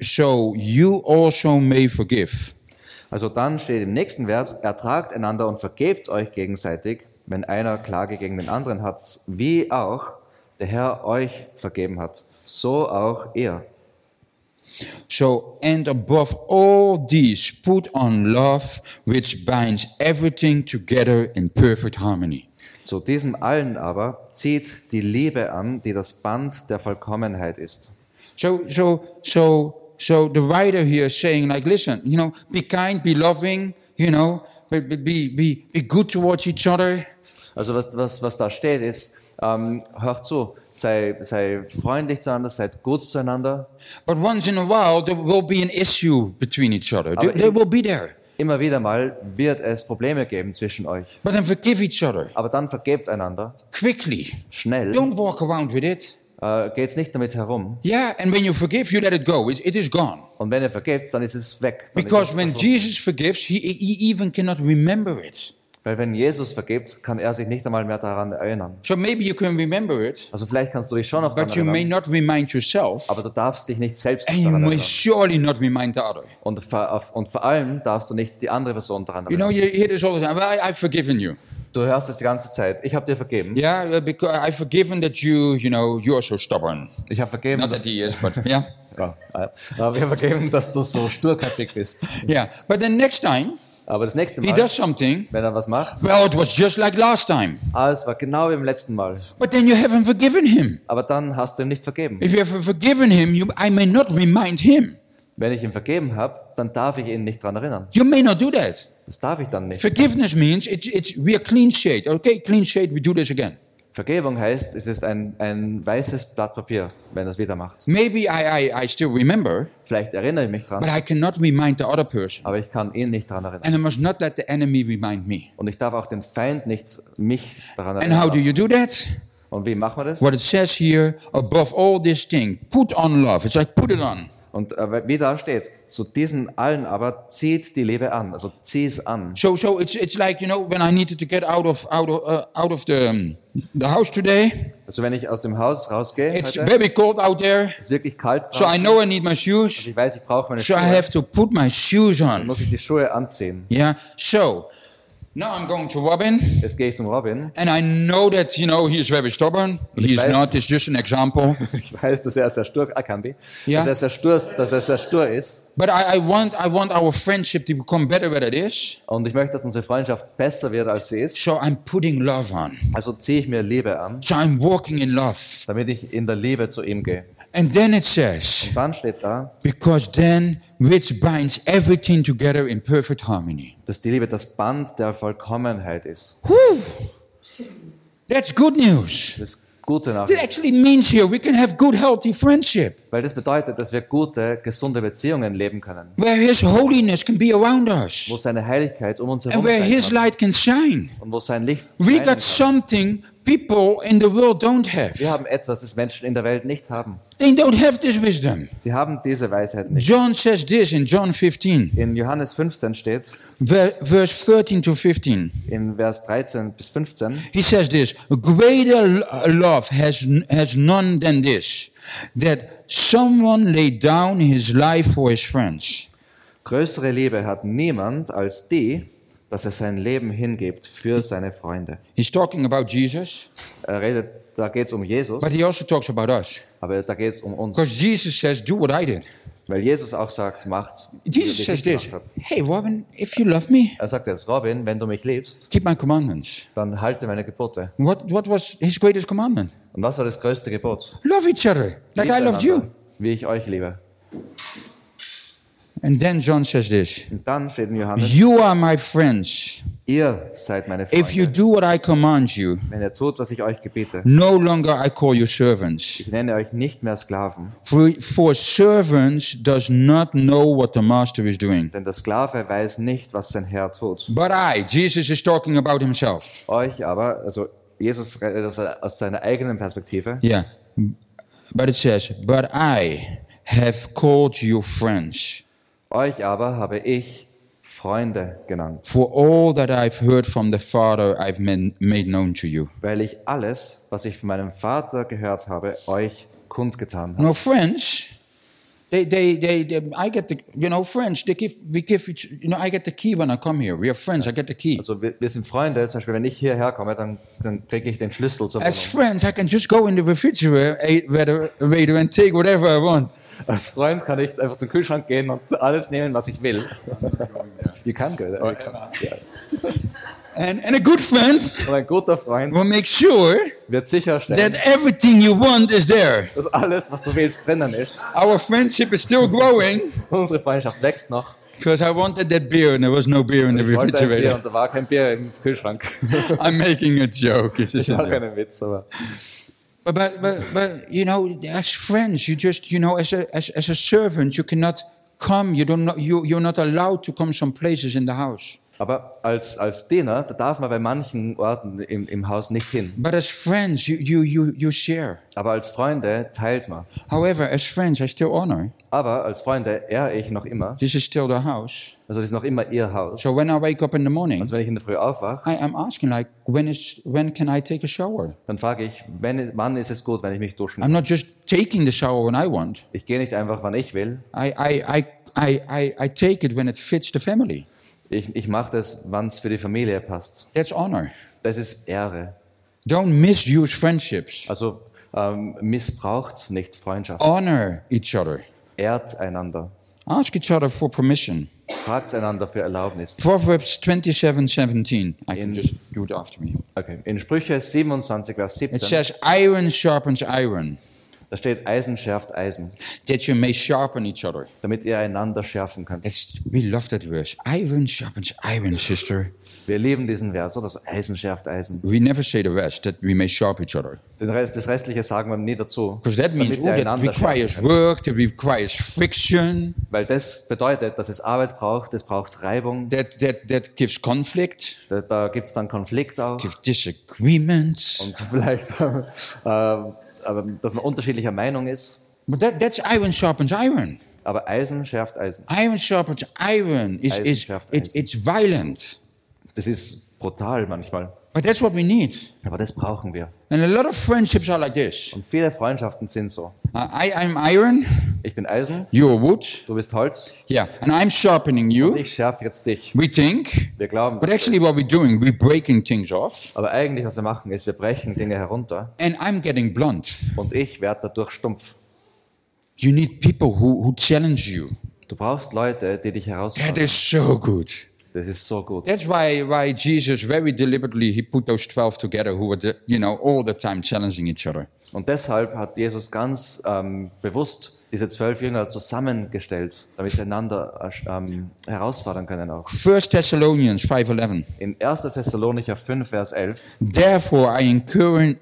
Speaker 2: so you also may forgive.
Speaker 1: Also dann steht im nächsten Vers, ertragt einander und vergebt euch gegenseitig, wenn einer Klage gegen den anderen hat, wie auch der Herr euch vergeben hat, so auch ihr.
Speaker 2: So, and above all these, put on love, which binds everything together in perfect harmony.
Speaker 1: Zu diesem allen aber zieht die Liebe an, die das Band der Vollkommenheit ist.
Speaker 2: So, so, so, so the writer here is saying, like, listen, you know, be kind, be loving, you know, be, be- be, be, be good towards each other.
Speaker 1: Also was, was, was da steht ist, ähm, hört zu, sei, sei freundlich zueinander, seid gut zueinander.
Speaker 2: But once in a while, there will be an issue between each other. They,
Speaker 1: Aber-
Speaker 2: they will be there.
Speaker 1: Immer wieder mal wird es Probleme geben zwischen euch.
Speaker 2: But then forgive each other
Speaker 1: Aber dann vergebt einander
Speaker 2: quickly.
Speaker 1: schnell.
Speaker 2: Don't walk around with it.
Speaker 1: Äh, geht's nicht damit herum.
Speaker 2: Yeah, and when you forgive, you let it go. It, it is gone.
Speaker 1: Und wenn ihr vergebt, dann ist es weg. Dann ist
Speaker 2: Because
Speaker 1: es
Speaker 2: when
Speaker 1: verschwunden.
Speaker 2: Jesus forgives, he, he even cannot remember it.
Speaker 1: Weil wenn Jesus vergibt, kann er sich nicht einmal mehr daran erinnern.
Speaker 2: So maybe you can remember it,
Speaker 1: Also vielleicht kannst du dich schon noch daran
Speaker 2: but you may
Speaker 1: erinnern,
Speaker 2: not remind yourself,
Speaker 1: aber du darfst dich nicht selbst
Speaker 2: and you
Speaker 1: daran
Speaker 2: may
Speaker 1: erinnern.
Speaker 2: surely not remind the other.
Speaker 1: Und vor, und vor allem darfst du nicht die andere Person daran
Speaker 2: You know,
Speaker 1: erinnern.
Speaker 2: you hear this all the time. I, I've forgiven you.
Speaker 1: Du hörst es die ganze Zeit. Ich habe dir vergeben.
Speaker 2: Yeah, uh, because I've forgiven that you, you know, you're so stubborn.
Speaker 1: Ich habe vergeben,
Speaker 2: Not that
Speaker 1: dass,
Speaker 2: he is, but yeah,
Speaker 1: ja, äh, aber ich hab vergeben, dass du so sturköpfig bist.
Speaker 2: yeah. But then next time
Speaker 1: Aber das nächste
Speaker 2: he
Speaker 1: Mal,
Speaker 2: does something.
Speaker 1: wenn er was macht,
Speaker 2: Well, it was just like last time.
Speaker 1: alles war genau wie beim letzten Mal.
Speaker 2: But then you haven't forgiven him.
Speaker 1: Aber dann hast du ihm nicht vergeben.
Speaker 2: If you have forgiven him, you, I may not remind him.
Speaker 1: Wenn ich ihm vergeben habe, dann darf ich ihn nicht daran erinnern.
Speaker 2: You may not do that.
Speaker 1: Das darf ich dann nicht.
Speaker 2: Forgiveness means it's, it's we are clean shade. Okay, clean shade. We do this again.
Speaker 1: Vergebung heißt, es ist ein, ein weißes Blatt Papier, wenn er es wieder macht.
Speaker 2: Maybe I, I, I still remember,
Speaker 1: Vielleicht erinnere ich mich dran,
Speaker 2: but I cannot remind the other person.
Speaker 1: aber ich kann ihn nicht daran erinnern.
Speaker 2: And I must not let the enemy remind me.
Speaker 1: Und ich darf auch den Feind nicht mich daran
Speaker 2: And how
Speaker 1: erinnern.
Speaker 2: do
Speaker 1: lassen.
Speaker 2: you do that?
Speaker 1: Und wie machen wir das?
Speaker 2: What it says here, above all this thing, put on love. It's like put it on.
Speaker 1: Und äh, wie da steht, zu diesen allen aber zieht die Liebe an, also zieh es an.
Speaker 2: So, so it's it's like you know when I needed to get out of out of uh, out of the um, the house today.
Speaker 1: Also wenn ich aus dem Haus rausgehe,
Speaker 2: It's
Speaker 1: heute,
Speaker 2: very cold out there,
Speaker 1: ist wirklich kalt
Speaker 2: so I
Speaker 1: draußen.
Speaker 2: know I need my shoes.
Speaker 1: ich weiß, ich brauche meine
Speaker 2: So I
Speaker 1: Schuhe,
Speaker 2: have to put my shoes on.
Speaker 1: muss ich die Schuhe anziehen.
Speaker 2: Yeah. So now I'm going to Robin,
Speaker 1: Jetzt gehe ich zum Robin.
Speaker 2: and I know that you know he is very stubborn. He's
Speaker 1: blijf-
Speaker 2: not. It's just an example.
Speaker 1: Ich weiß, dass er sehr stur, ah, Kambi,
Speaker 2: Ja.
Speaker 1: dass er sehr stur, dass er sehr stur ist.
Speaker 2: But I, I want I want our friendship to become better than it is.
Speaker 1: Und ich möchte, dass unsere Freundschaft besser wird, als sie ist.
Speaker 2: So I'm putting love on.
Speaker 1: Also ziehe ich mir Liebe an,
Speaker 2: So I'm walking in love.
Speaker 1: damit ich in der Liebe zu ihm gehe.
Speaker 2: And then it says,
Speaker 1: Und dann steht da,
Speaker 2: because then which binds everything together in perfect harmony.
Speaker 1: dass die Liebe das Band der Vollkommenheit ist.
Speaker 2: Whew. That's good news.
Speaker 1: Das ist gute
Speaker 2: That
Speaker 1: Nachricht.
Speaker 2: actually means here we can have good, healthy friendship
Speaker 1: Weil das bedeutet, dass wir gute, gesunde Beziehungen leben können,
Speaker 2: where His holiness can be around us
Speaker 1: wo seine Heiligkeit um uns
Speaker 2: and
Speaker 1: herum
Speaker 2: where
Speaker 1: sein
Speaker 2: His
Speaker 1: kann
Speaker 2: light can shine.
Speaker 1: und wo sein Licht
Speaker 2: We
Speaker 1: scheinen
Speaker 2: got
Speaker 1: kann.
Speaker 2: something people in the world don't have.
Speaker 1: Wir haben etwas, das Menschen in der Welt nicht haben.
Speaker 2: They don't have this wisdom.
Speaker 1: Sie haben diese Weisheit nicht.
Speaker 2: John says this in John 15,
Speaker 1: In Johannes 15 steht,
Speaker 2: ver- verse 13 to 15.
Speaker 1: in Vers 13 bis 15,
Speaker 2: He says this, greater lo- love has, n- has none than this, that someone laid down his life for his friends.
Speaker 1: Größere Liebe hat niemand als die, dass er sein Leben hingibt für seine Freunde.
Speaker 2: He's talking about Jesus,
Speaker 1: Er redet, da geht es um Jesus,
Speaker 2: but he also talks about us.
Speaker 1: aber da geht es um uns.
Speaker 2: Because Jesus says, do what I did.
Speaker 1: Weil Jesus auch sagt, macht's. wie
Speaker 2: Jesus
Speaker 1: ich
Speaker 2: says
Speaker 1: es
Speaker 2: this,
Speaker 1: gemacht habe.
Speaker 2: hey Robin, if you love me,
Speaker 1: Er sagt jetzt, Robin, wenn du mich liebst,
Speaker 2: keep my commandments.
Speaker 1: dann halte meine Gebote.
Speaker 2: What, what was his greatest commandment?
Speaker 1: Und was war das größte Gebot?
Speaker 2: Love each other, like I loved you.
Speaker 1: Miteinander, Wie ich euch liebe.
Speaker 2: And then John says this,
Speaker 1: Und dann steht in Johannes,
Speaker 2: you are my friends.
Speaker 1: Oh ihr seid meine Freunde.
Speaker 2: If you do what I command you,
Speaker 1: wenn ihr tut, was ich euch gebiete.
Speaker 2: no longer I call you servants.
Speaker 1: Ich nenne euch nicht mehr Sklaven,
Speaker 2: For, for servants does not know what the master is doing.
Speaker 1: denn der Sklave weiß nicht, was sein Herr tut.
Speaker 2: But I, Jesus is talking about himself.
Speaker 1: Euch aber, also Jesus redet aus- aus seiner eigenen Perspektive,
Speaker 2: Yeah. But it says, But I have called you friends
Speaker 1: Euch aber habe ich Freunde genannt,
Speaker 2: for all that I've heard from the Father I've men- made known to you.
Speaker 1: weil ich alles, was ich von meinem Vater gehört habe, euch kundgetan habe.
Speaker 2: Now friends, they, they, they, they I get the, you know, friends, they give, we give each, you know, I get the key when I come here. We are friends, I get the key.
Speaker 1: Also wir, wir sind Freunde, zum Beispiel wenn ich hierher komme, dann, dann kriege ich den Schlüssel zur
Speaker 2: As
Speaker 1: Wohnung.
Speaker 2: friends, I can just go in the refrigerator and take whatever I want.
Speaker 1: Als Freund kann ich einfach zum Kühlschrank gehen und alles nehmen, was ich will. You can go there.
Speaker 2: And, and a good friend
Speaker 1: Und ein guter Freund
Speaker 2: will make sure
Speaker 1: wird sicherstellen,
Speaker 2: that everything you want is there.
Speaker 1: dass alles, was du willst, drinnen ist.
Speaker 2: Our friendship is still growing
Speaker 1: Unsere Freundschaft wächst noch.
Speaker 2: because I wanted that beer and there was no beer in the
Speaker 1: Ich wollte ein Bier
Speaker 2: refrigerator.
Speaker 1: und da war kein Bier im Kühlschrank.
Speaker 2: I'm making a joke. It's just a
Speaker 1: War
Speaker 2: joke.
Speaker 1: keinen Witz, aber.
Speaker 2: But, but, but, but, you know, as friends, you just, you know, as a, as, as a servant, you cannot come. You don't know, you, you're not allowed to come some places in the house.
Speaker 1: Aber als, als Diener, da darf man bei manchen Orten im, im Haus nicht hin.
Speaker 2: But as friends, you, you, you, you share.
Speaker 1: Aber als Freunde teilt man.
Speaker 2: However, as friends, I still honor.
Speaker 1: Aber als Freunde ehre ich noch immer,
Speaker 2: This is still the house.
Speaker 1: also das ist noch immer ihr Haus.
Speaker 2: So when I wake up in the morning,
Speaker 1: Also wenn ich in der Früh aufwache,
Speaker 2: I am asking like, when is when can I take a shower?
Speaker 1: dann frage ich, wenn, wann ist es gut, wenn ich mich duschen
Speaker 2: I'm not just taking the shower when I want.
Speaker 1: Ich gehe nicht einfach, wann ich will.
Speaker 2: I I I I I, I take it when it fits the family.
Speaker 1: Ich, ich mache das, wann es für die Familie passt.
Speaker 2: That's honor.
Speaker 1: Das ist Ehre.
Speaker 2: Don't misuse friendships.
Speaker 1: Also ähm, missbraucht nicht Freundschaft.
Speaker 2: Honor each other.
Speaker 1: Ehrt einander.
Speaker 2: Ask each other for permission.
Speaker 1: Fragt einander für Erlaubnis.
Speaker 2: Proverbs 27, 17. I can
Speaker 1: In-
Speaker 2: just do it after me.
Speaker 1: Okay. In Sprüche 27, Vers
Speaker 2: It
Speaker 1: 17,
Speaker 2: says, iron sharpens iron,
Speaker 1: da steht, Eisen schärft Eisen,
Speaker 2: that you may sharpen each other.
Speaker 1: damit ihr einander schärfen könnt.
Speaker 2: It's, we love that verse. Iron sharpens iron, sister.
Speaker 1: Wir lieben diesen Vers, oder? Also Eisen schärft Eisen.
Speaker 2: We never say the rest, that we may sharpen each other.
Speaker 1: Den Rest, das Restliche sagen wir nie dazu.
Speaker 2: Because that
Speaker 1: damit
Speaker 2: means, oh,
Speaker 1: ihr
Speaker 2: that
Speaker 1: einander schärfen
Speaker 2: requires work, that requires friction,
Speaker 1: könnt. Weil das bedeutet, dass es Arbeit braucht, es braucht Reibung,
Speaker 2: that, that, that gives conflict,
Speaker 1: da, da gibt es dann Konflikt auch.
Speaker 2: gives disagreements.
Speaker 1: und vielleicht, ähm, ähm, aber dass man unterschiedlicher Meinung ist.
Speaker 2: But that, that's iron sharpens iron.
Speaker 1: Aber Eisen schärft Eisen.
Speaker 2: Iron sharpens iron. Is,
Speaker 1: Eisen
Speaker 2: is,
Speaker 1: sharpens
Speaker 2: it,
Speaker 1: iron.
Speaker 2: it's violent.
Speaker 1: Das ist brutal manchmal,
Speaker 2: But that's what we need.
Speaker 1: aber das brauchen wir.
Speaker 2: And a lot of friendships are like this.
Speaker 1: Und viele Freundschaften sind so.
Speaker 2: Uh, I, I'm iron,
Speaker 1: Ich bin Eisen,
Speaker 2: you're wood.
Speaker 1: du bist Holz,
Speaker 2: Yeah, and I'm sharpening
Speaker 1: und
Speaker 2: you.
Speaker 1: ich schärfe jetzt dich.
Speaker 2: We think,
Speaker 1: Wir glauben.
Speaker 2: but
Speaker 1: das.
Speaker 2: actually, what we're doing, we're breaking things off,
Speaker 1: Aber eigentlich, was wir machen, ist, wir brechen Dinge herunter
Speaker 2: and I'm getting blunt.
Speaker 1: und ich werde dadurch stumpf.
Speaker 2: You need people who, who challenge you.
Speaker 1: Du brauchst Leute, die dich herausfordern.
Speaker 2: That is so good.
Speaker 1: Das ist so gut.
Speaker 2: That's why why Jesus very deliberately he put those twelve together who were the, you know all the time challenging each other.
Speaker 1: Und deshalb hat Jesus ganz ähm, bewusst diese zwölf Jünger zusammengestellt, damit sie einander ähm, herausfordern können auch.
Speaker 2: First Thessalonians five eleven.
Speaker 1: In 1. Thessalonicher 5, Vers 11,
Speaker 2: Therefore I encourage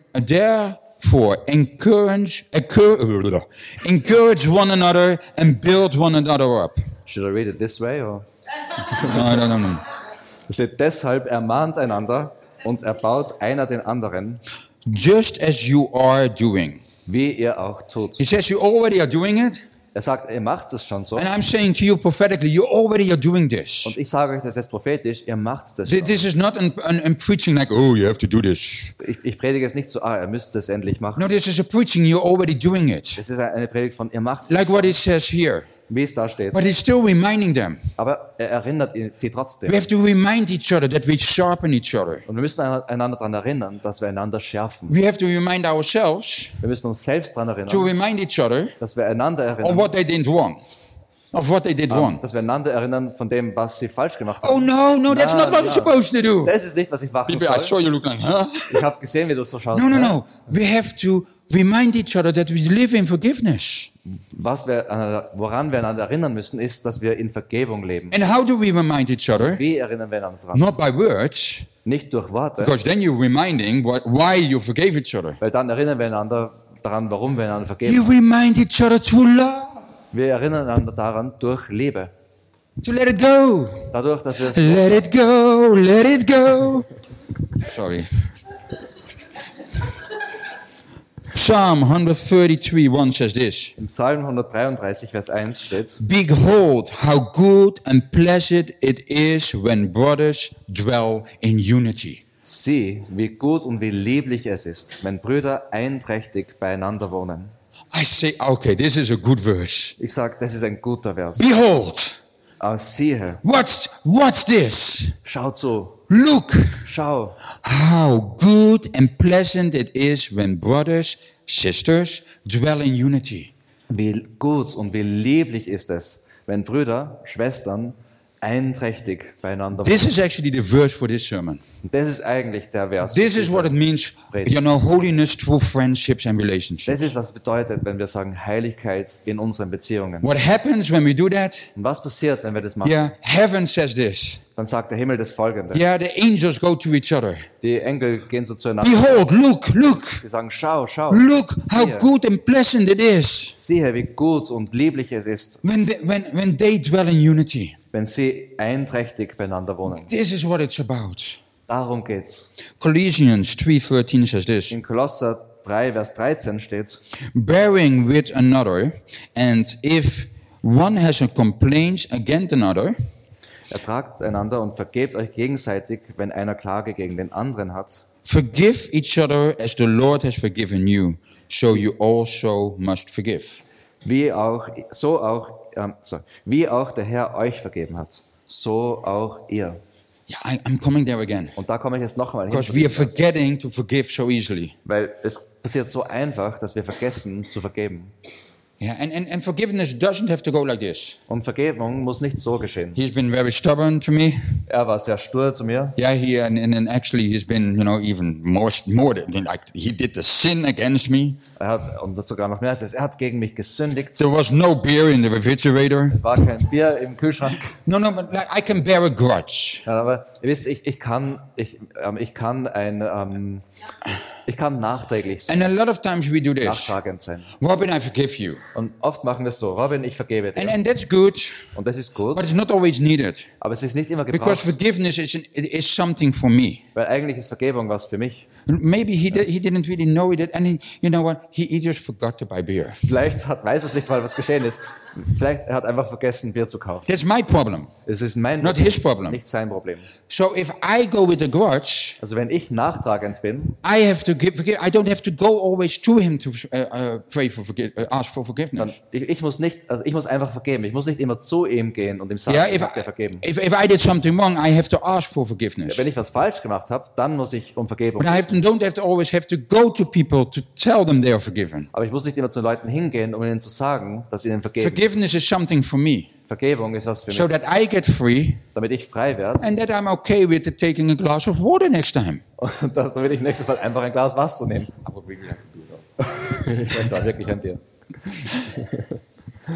Speaker 2: therefore encourage encour- encourage one another and build one another up.
Speaker 1: should I read it this way? Or?
Speaker 2: No no no no.
Speaker 1: Da steht, deshalb ermahnt einander und erbaut einer den anderen,
Speaker 2: Just as you are doing.
Speaker 1: wie ihr auch tut.
Speaker 2: He says you already are doing it,
Speaker 1: Er sagt, ihr macht es schon so.
Speaker 2: and I'm saying to you prophetically, you already are doing this.
Speaker 1: Und ich sage euch das jetzt prophetisch, ihr macht es
Speaker 2: Th-
Speaker 1: schon.
Speaker 2: This is not an, an, an preaching like, oh, you have to do this.
Speaker 1: Ich, ich predige es nicht so, ah, ihr müsst es endlich machen.
Speaker 2: No, this is a preaching, you're already doing it.
Speaker 1: Es ist eine Predigt von, ihr macht es,
Speaker 2: Like what it says here.
Speaker 1: wie es da steht.
Speaker 2: But it's still reminding them.
Speaker 1: Aber er erinnert ihn- sie
Speaker 2: We
Speaker 1: trotzdem.
Speaker 2: have to remind each other that we sharpen each other.
Speaker 1: Und wir müssen einander daran erinnern, dass wir einander schärfen.
Speaker 2: We have to remind ourselves
Speaker 1: Wir müssen uns selbst daran
Speaker 2: to
Speaker 1: erinnern,
Speaker 2: remind each other
Speaker 1: dass wir einander
Speaker 2: of
Speaker 1: erinnern,
Speaker 2: what they did wrong. Of what they did wrong.
Speaker 1: dass wir einander erinnern von dem, was sie falsch gemacht haben.
Speaker 2: Oh, no, no, that's
Speaker 1: No,
Speaker 2: not what we're
Speaker 1: no.
Speaker 2: supposed to do.
Speaker 1: Das ist nicht, was ich machen
Speaker 2: People, I
Speaker 1: soll.
Speaker 2: saw you look like, huh?
Speaker 1: Ich habe gesehen, wie du so schaust.
Speaker 2: No, no,
Speaker 1: ne?
Speaker 2: no. We have to remind each other that we live in forgiveness.
Speaker 1: Was wir, aneinander- woran wir einander erinnern müssen, ist, dass wir in Vergebung leben.
Speaker 2: And how do we remind each other?
Speaker 1: Wie erinnern wir einander dran?
Speaker 2: Not by words,
Speaker 1: Nicht durch Worte,
Speaker 2: because then you're reminding wh- why you forgave each other.
Speaker 1: weil dann erinnern wir einander daran, warum wir einander vergeben.
Speaker 2: You remind each other to love,
Speaker 1: Wir erinnern einander daran durch Liebe.
Speaker 2: to let it go.
Speaker 1: Dadurch, dass wir es
Speaker 2: Let it go, let it go. Sorry. Psalm 133 1 says this
Speaker 1: im Psalm 133, Vers 1 steht,
Speaker 2: Behold, how good and pleasant it is when brothers dwell in unity.
Speaker 1: Sieh, wie gut und wie lieblich es ist, wenn Brüder einträchtig beieinander wohnen.
Speaker 2: I say, okay, this is a good verse.
Speaker 1: Ich sage, das ist ein guter Vers.
Speaker 2: Behold,
Speaker 1: Aber siehe,
Speaker 2: what's, what's this?
Speaker 1: schau zu,
Speaker 2: Look,
Speaker 1: schau,
Speaker 2: How good and pleasant it is when brothers, sisters dwell in unity.
Speaker 1: Wie gut und wie lieblich ist es, wenn Brüder, Schwestern einträchtig beieinander
Speaker 2: This is actually the verse for this sermon.
Speaker 1: sind. Das ist eigentlich der Vers.
Speaker 2: This is what it means, you know, holiness through friendships and relationships.
Speaker 1: Das ist, was es bedeutet, wenn wir sagen Heiligkeit in unseren Beziehungen.
Speaker 2: What happens when we do that?
Speaker 1: Und was passiert, wenn wir das machen?
Speaker 2: Yeah, heaven says this.
Speaker 1: Dann sagt der Himmel das Folgende.
Speaker 2: Yeah, the angels go to each other.
Speaker 1: Die Engel gehen so zueinander.
Speaker 2: Behold, look, look,
Speaker 1: Sie sagen, schau, schau,
Speaker 2: look how
Speaker 1: Siehe.
Speaker 2: good and pleasant it is
Speaker 1: siehe, wie gut und lieblich es ist,
Speaker 2: when they, when, when they dwell in unity.
Speaker 1: wenn sie einträchtig beieinander wohnen.
Speaker 2: This is what it's about.
Speaker 1: Darum geht's.
Speaker 2: Colossians 3.13 says this.
Speaker 1: In Kolosser 3, Vers 13 steht,
Speaker 2: bearing with another, and if One has a complaint against another,
Speaker 1: Ertragt einander und vergebt euch gegenseitig, wenn einer Klage gegen den anderen hat.
Speaker 2: forgive each other as the Lord has forgiven you, so you also must forgive.
Speaker 1: Wie auch, so auch, ähm, so, wie auch der Herr euch vergeben hat, so auch ihr.
Speaker 2: Yeah, I, I'm coming there again.
Speaker 1: Und da komme ich jetzt nochmal hin,
Speaker 2: Because we are forgetting to forgive so easily.
Speaker 1: weil es passiert so einfach, dass wir vergessen zu vergeben.
Speaker 2: Yeah, and, and, and forgiveness doesn't have to go like this.
Speaker 1: Und Vergebung muss nicht so geschehen.
Speaker 2: He's been very stubborn to me.
Speaker 1: Er war sehr stur zu mir.
Speaker 2: Yeah, he and, and, and actually he's been, you know, even more more than like he did the sin against me.
Speaker 1: Er hat, und sogar noch mehr als das, er hat gegen mich gesündigt.
Speaker 2: There was no beer in the refrigerator.
Speaker 1: Es war kein Bier im Kühlschrank.
Speaker 2: No, no, but like, I can bear a grudge.
Speaker 1: Ja, aber ihr wisst, ich, ich kann, ich, ähm, ich kann ein, ähm, ich kann nachträglich sein,
Speaker 2: And a lot of times we do this.
Speaker 1: nachtragend sein.
Speaker 2: Robin, I forgive you.
Speaker 1: Und oft machen wir es so, Robin, ich vergebe
Speaker 2: And
Speaker 1: dir.
Speaker 2: and that's good,
Speaker 1: Und das ist gut,
Speaker 2: but it's not always needed
Speaker 1: aber es ist nicht immer
Speaker 2: because
Speaker 1: gebraucht,
Speaker 2: forgiveness is an, it is something for me.
Speaker 1: weil eigentlich ist Vergebung was für mich.
Speaker 2: Maybe he did, he didn't really know it, and he, you know what? He, he just forgot to buy beer.
Speaker 1: Vielleicht hat, weiß es nicht mal, was geschehen ist. Vielleicht er hat einfach vergessen, Bier zu kaufen.
Speaker 2: That's my problem,
Speaker 1: Es ist mein
Speaker 2: not his problem.
Speaker 1: nicht sein Problem.
Speaker 2: So if I go with a grudge,
Speaker 1: Also wenn ich nachtragend bin,
Speaker 2: I have to give, forgive. I don't have to go always to him to uh, uh, pray for forgive, uh, ask for
Speaker 1: dann
Speaker 2: forgiveness.
Speaker 1: ich, ich muss nicht, also ich muss einfach vergeben. Ich muss nicht immer zu ihm gehen und ihm sagen,
Speaker 2: Yeah,
Speaker 1: ja, ich
Speaker 2: if
Speaker 1: hab dir
Speaker 2: I,
Speaker 1: vergeben.
Speaker 2: if, if I did something wrong, I have to ask for forgiveness.
Speaker 1: Wenn ich was falsch gemacht habe, dann muss ich um Vergebung.
Speaker 2: But I have to, don't have to always have to go to people to tell them they are forgiven.
Speaker 1: Aber ich muss nicht immer zu Leuten hingehen, um ihnen zu sagen, dass ihnen vergeben.
Speaker 2: Forgiveness is something for me,
Speaker 1: Vergebung ist was für mich,
Speaker 2: so that I get free
Speaker 1: damit ich frei werde
Speaker 2: and that I'm okay with it taking a glass of water next time.
Speaker 1: und das, damit ich nächstes Mal einfach ein Glas Wasser nehme. Aber ich war wirklich ein Bier.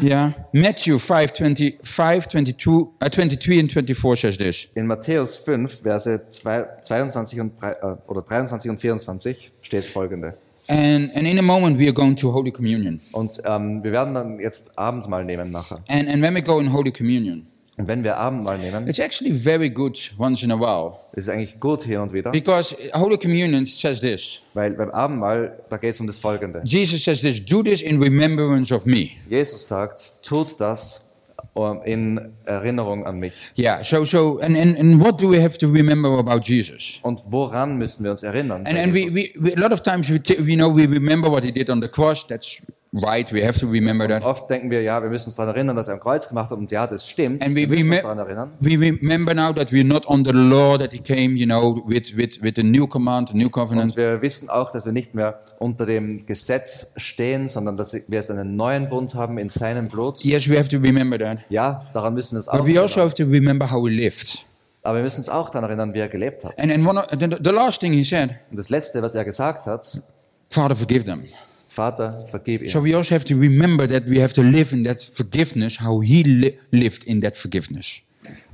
Speaker 2: Yeah. Matthew 5, 20, 5 22, uh, 23 and 24 says this.
Speaker 1: In Matthäus 5, Verse 2 22 und, drei- äh, oder 23 und 24 steht folgende.
Speaker 2: And, and in a moment, we are going to Holy Communion.
Speaker 1: Und ähm, wir werden dann jetzt Abendmahl nehmen nachher.
Speaker 2: And, and when we go in Holy Communion,
Speaker 1: Und wenn wir Abendmahl nehmen,
Speaker 2: it's actually very good once in a while
Speaker 1: ist es eigentlich gut hin und wieder,
Speaker 2: because Holy Communion says this.
Speaker 1: weil beim Abendmahl, da geht es um das Folgende.
Speaker 2: Jesus says this, do this in remembrance of me.
Speaker 1: Jesus sagt, tut das ähm, in Erinnerung an mich.
Speaker 2: Yeah, so, so and, and, and what do we have to remember about Jesus?
Speaker 1: Und woran müssen wir uns erinnern?
Speaker 2: And, and we, we, we, a lot of times we, t- we know we remember what he did on the cross. That's right. We have to remember that.
Speaker 1: Oft denken wir, ja, wir müssen uns daran erinnern, dass er am Kreuz gemacht hat. Und ja, das stimmt.
Speaker 2: And
Speaker 1: wir
Speaker 2: we,
Speaker 1: müssen
Speaker 2: reme-
Speaker 1: uns daran erinnern.
Speaker 2: we remember now that we're not under the law, that he came, you know, with, with, with the new command, the new
Speaker 1: Und
Speaker 2: covenant.
Speaker 1: wir wissen auch, dass wir nicht mehr unter dem Gesetz stehen, sondern dass wir jetzt einen neuen Bund haben in seinem Blut.
Speaker 2: Yes, we have to remember that.
Speaker 1: Ja, daran müssen wir uns
Speaker 2: But
Speaker 1: auch
Speaker 2: we
Speaker 1: erinnern.
Speaker 2: also have to remember how we lived.
Speaker 1: Aber wir müssen uns auch daran erinnern, wie er gelebt hat.
Speaker 2: And, and one of, the, the last thing he said,
Speaker 1: Und das Letzte, was er gesagt hat,
Speaker 2: Father, forgive them.
Speaker 1: Vater, vergib ihm.
Speaker 2: So we also have to remember that we have to live in that forgiveness, how he li- lived in that forgiveness.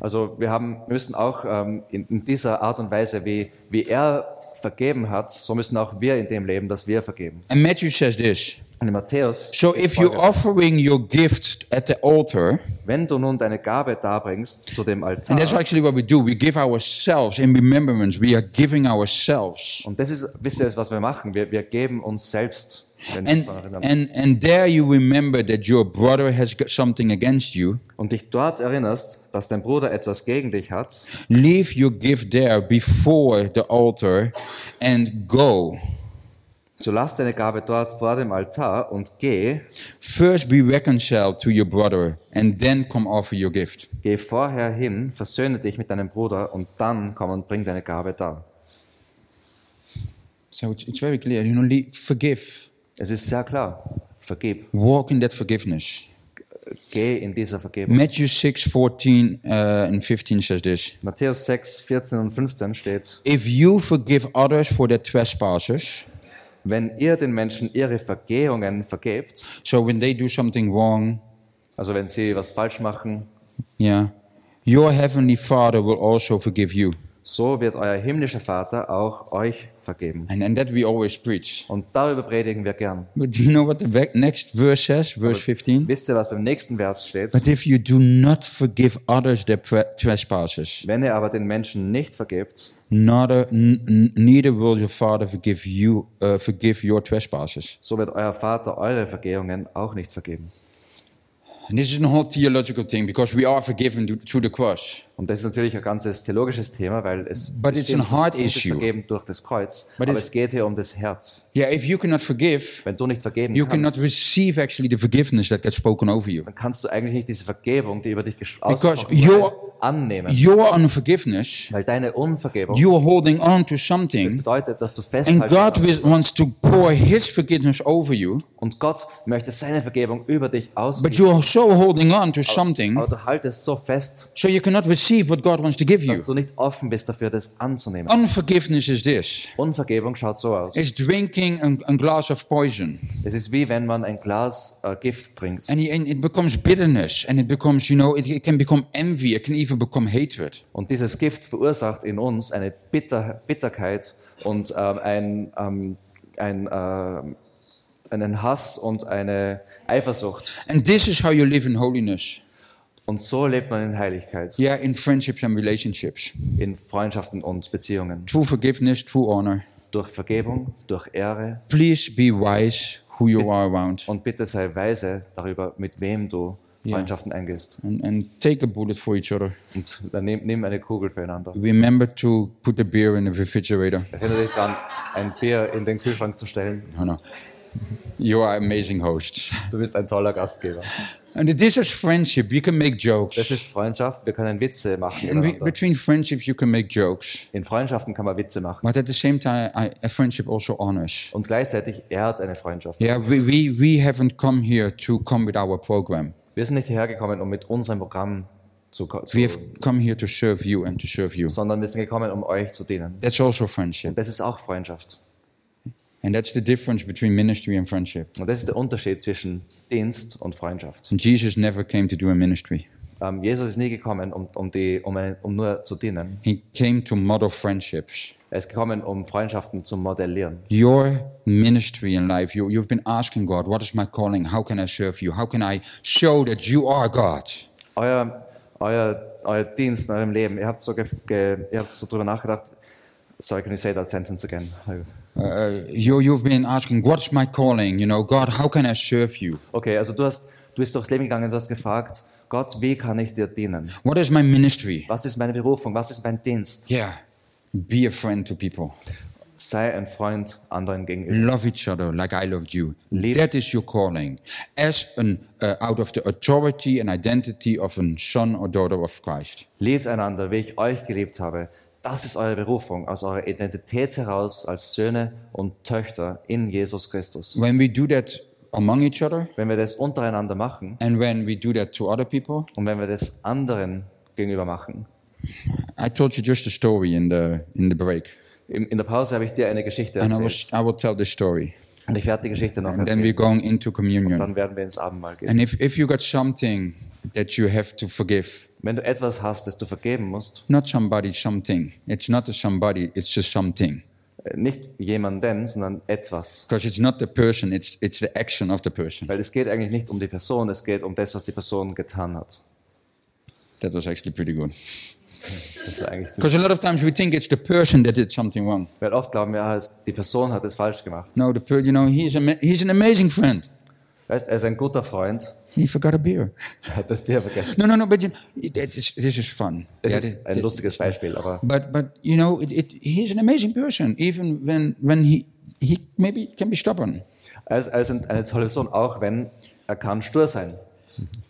Speaker 1: Also wir haben, wir müssen auch ähm, in, in dieser Art und Weise, wie, wie er vergeben hat, so müssen auch wir in dem leben, dass wir vergeben.
Speaker 2: And Matthew says this.
Speaker 1: Und in Matthäus,
Speaker 2: So if you're offering your gift at the altar,
Speaker 1: wenn du nun deine Gabe darbringst zu dem Altar,
Speaker 2: and that's actually what we do, we give ourselves in remembrance, we are giving ourselves.
Speaker 1: und das ist, wisst ihr, was wir machen, wir, wir geben uns selbst, wenn wir uns
Speaker 2: And,
Speaker 1: daran erinnern.
Speaker 2: and, and there you remember that your brother has got something against you.
Speaker 1: und dich dort erinnerst, dass dein Bruder etwas gegen dich hat,
Speaker 2: Leave your gift there before the altar and go.
Speaker 1: so lass deine Gabe dort vor dem Altar und geh,
Speaker 2: First be reconciled to your brother and then come offer your gift.
Speaker 1: geh vorher hin, versöhne dich mit deinem Bruder und dann komm und bring deine Gabe dar.
Speaker 2: So it's, it's very clear, you know, leave, forgive.
Speaker 1: Es ist sehr klar, vergib,
Speaker 2: Walk in that forgiveness.
Speaker 1: geh in dieser Vergebung.
Speaker 2: Matthew 6, 14 uh, and 15 says this.
Speaker 1: Matthäus 6, 14 und 15 steht,
Speaker 2: If you forgive others for their trespasses,
Speaker 1: wenn ihr den Menschen ihre Vergehungen vergebt,
Speaker 2: so when they do something wrong,
Speaker 1: also wenn sie was falsch machen,
Speaker 2: yeah, your heavenly Father will also forgive you.
Speaker 1: so wird euer himmlischer Vater auch euch vergeben.
Speaker 2: And, and that we always preach.
Speaker 1: Und darüber predigen wir gern.
Speaker 2: But do you know what the ve- next verse says? Verse 15.
Speaker 1: Wisst ihr, was beim nächsten Vers steht?
Speaker 2: But if you do not forgive others their pre- trespasses,
Speaker 1: Wenn ihr aber den Menschen nicht vergebt,
Speaker 2: neither, n- n- neither will your Father forgive you uh, forgive your trespasses.
Speaker 1: so wird euer Vater eure Vergehungen auch nicht vergeben.
Speaker 2: And this is a whole theological thing because we are forgiven do- through the cross.
Speaker 1: Und das ist natürlich ein ganzes theologisches Thema, weil es
Speaker 2: But it's a heart
Speaker 1: uns ist
Speaker 2: issue.
Speaker 1: vergeben durch das Kreuz.
Speaker 2: But
Speaker 1: Aber
Speaker 2: it's-
Speaker 1: es geht hier um das Herz.
Speaker 2: Yeah, if you cannot forgive,
Speaker 1: Wenn du nicht vergeben
Speaker 2: you
Speaker 1: kannst,
Speaker 2: cannot receive actually the forgiveness that gets spoken over you.
Speaker 1: dann kannst du eigentlich nicht diese Vergebung, die über dich gesch-
Speaker 2: Because
Speaker 1: ausgesprochen wurde,
Speaker 2: your-
Speaker 1: annehmen.
Speaker 2: Your unforgiveness,
Speaker 1: Weil deine Unvergebung
Speaker 2: you are holding on to something,
Speaker 1: bedeutet, dass du
Speaker 2: and God
Speaker 1: festhältst.
Speaker 2: wi- wants to pour His forgiveness over you,
Speaker 1: Und Gott möchte seine Vergebung über dich
Speaker 2: but
Speaker 1: ausgießen.
Speaker 2: you are so holding on to something,
Speaker 1: Aber du haltest so fest,
Speaker 2: so you cannot receive what God wants to give
Speaker 1: dass
Speaker 2: you.
Speaker 1: du nicht offen bist dafür, das anzunehmen.
Speaker 2: Unforgiveness is this
Speaker 1: Unvergebung schaut so aus.
Speaker 2: it's drinking a, a glass of poison,
Speaker 1: Es ist wie wenn man ein Glas äh, Gift trinkt.
Speaker 2: and, and it becomes bitterness, and it becomes, you know, it, it can become envy, it can even become hatred.
Speaker 1: Und dieses Gift verursacht in uns eine Bitter Bitterkeit und ähm, ein, ähm, ein, ähm, einen Hass und eine Eifersucht.
Speaker 2: And this is how you live in holiness.
Speaker 1: Und so lebt man in Heiligkeit,
Speaker 2: Yeah, in friendships and relationships.
Speaker 1: in Freundschaften und Beziehungen.
Speaker 2: True forgiveness, true honor.
Speaker 1: Durch Vergebung, durch Ehre.
Speaker 2: Please be wise who you are around.
Speaker 1: Und bitte sei weise darüber, mit wem du Freundschaften eingehst.
Speaker 2: And, and take a bullet for each other.
Speaker 1: Und dann nimm, nimm eine Kugel füreinander.
Speaker 2: Remember to put the beer in the refrigerator.
Speaker 1: Erinnere dich daran, ein Bier in den Kühlschrank zu stellen.
Speaker 2: Oh, no. You are amazing hosts.
Speaker 1: Du bist ein toller Gastgeber.
Speaker 2: And this is friendship. You can make
Speaker 1: Das
Speaker 2: jokes.
Speaker 1: ist Freundschaft. Wir können Witze machen.
Speaker 2: And be-
Speaker 1: miteinander.
Speaker 2: between friendships, you can make jokes.
Speaker 1: In Freundschaften kann man Witze machen.
Speaker 2: But at the same time, I, a friendship also honors.
Speaker 1: Und gleichzeitig ehrt eine Freundschaft.
Speaker 2: Yeah, we, we, we haven't come here to come with our program.
Speaker 1: Wir sind nicht hierher gekommen, um mit unserem Programm zu, ko- zu
Speaker 2: We have come here to serve you and to serve you.
Speaker 1: sondern wir sind gekommen, um euch zu dienen.
Speaker 2: That's also friendship.
Speaker 1: Das ist auch Freundschaft.
Speaker 2: And that's the difference between ministry and friendship.
Speaker 1: Und das ist der Unterschied zwischen Dienst und Freundschaft.
Speaker 2: And Jesus never came to do a ministry.
Speaker 1: Ähm, Jesus ist nie gekommen, um, um, die, um, einen- um nur zu dienen.
Speaker 2: He came to model friendships.
Speaker 1: Er ist gekommen, um Freundschaften zu modellieren.
Speaker 2: Your ministry in life, you, you've been asking God, what is my calling? How can I serve you? How can I show that you are God?
Speaker 1: Euer, euer, euer Dienst in eurem Leben, ihr habt so, ge, ge, ihr habt so drüber nachgedacht. Sorry, can you say that sentence again?
Speaker 2: Uh, you, you've been asking, what's my calling? You know, God, how can I serve you?
Speaker 1: Okay, also du, hast, du bist durchs Leben gegangen, du hast gefragt, Gott, wie kann ich dir dienen?
Speaker 2: What is my ministry?
Speaker 1: Was ist meine Berufung? Was ist mein Dienst?
Speaker 2: Yeah, be a friend to people.
Speaker 1: Sei ein Freund anderen gegenüber.
Speaker 2: Love each other like I loved you.
Speaker 1: Lief-
Speaker 2: That is your calling. As an, uh, out of the authority and identity of a son or daughter of Christ.
Speaker 1: Liebt einander, wie ich euch geliebt habe. Das ist eure Berufung, aus eurer Identität heraus als Söhne und Töchter in Jesus Christus.
Speaker 2: When we do that among each other
Speaker 1: Wenn wir das untereinander machen
Speaker 2: and when we do that to other people,
Speaker 1: und wenn wir das anderen gegenüber machen.
Speaker 2: I told you just a story in the, in the break.
Speaker 1: In, in der Pause habe ich dir eine Geschichte
Speaker 2: And I will,
Speaker 1: erzählt
Speaker 2: I will tell this story.
Speaker 1: und ich werde die Geschichte noch
Speaker 2: And then we're
Speaker 1: erzählen.
Speaker 2: going into communion.
Speaker 1: Dann werden wir ins Abendmahl gehen.
Speaker 2: And if, if you got something that you have to forgive,
Speaker 1: Wenn du etwas hast, das du vergeben musst,
Speaker 2: not somebody, something. It's not a somebody, it's a something.
Speaker 1: äh, nicht jemanden, sondern etwas.
Speaker 2: Because it's not the person, it's, it's the action of the person.
Speaker 1: Weil es geht eigentlich nicht um die Person, es geht um das, was die Person getan hat.
Speaker 2: That was actually pretty good.
Speaker 1: Das war eigentlich ziemlich-
Speaker 2: Because a lot of times we think it's the person that did something wrong.
Speaker 1: Weil oft glauben wir, ah, es- die Person hat es falsch gemacht.
Speaker 2: No, the per- you know he's a he's an amazing friend.
Speaker 1: Weißt, er ist ein guter Freund,
Speaker 2: He forgot a beer.
Speaker 1: hat das Bier vergessen.
Speaker 2: No, no, no. But you that is, this is fun.
Speaker 1: Das
Speaker 2: Yeah,
Speaker 1: ist
Speaker 2: thi-
Speaker 1: ein
Speaker 2: thi-
Speaker 1: lustiges Beispiel, aber
Speaker 2: but but you know it, it, he's an amazing person. Even when when he he maybe can be stubborn,
Speaker 1: er ist, er ist eine tolle Person, auch wenn er kann stur sein.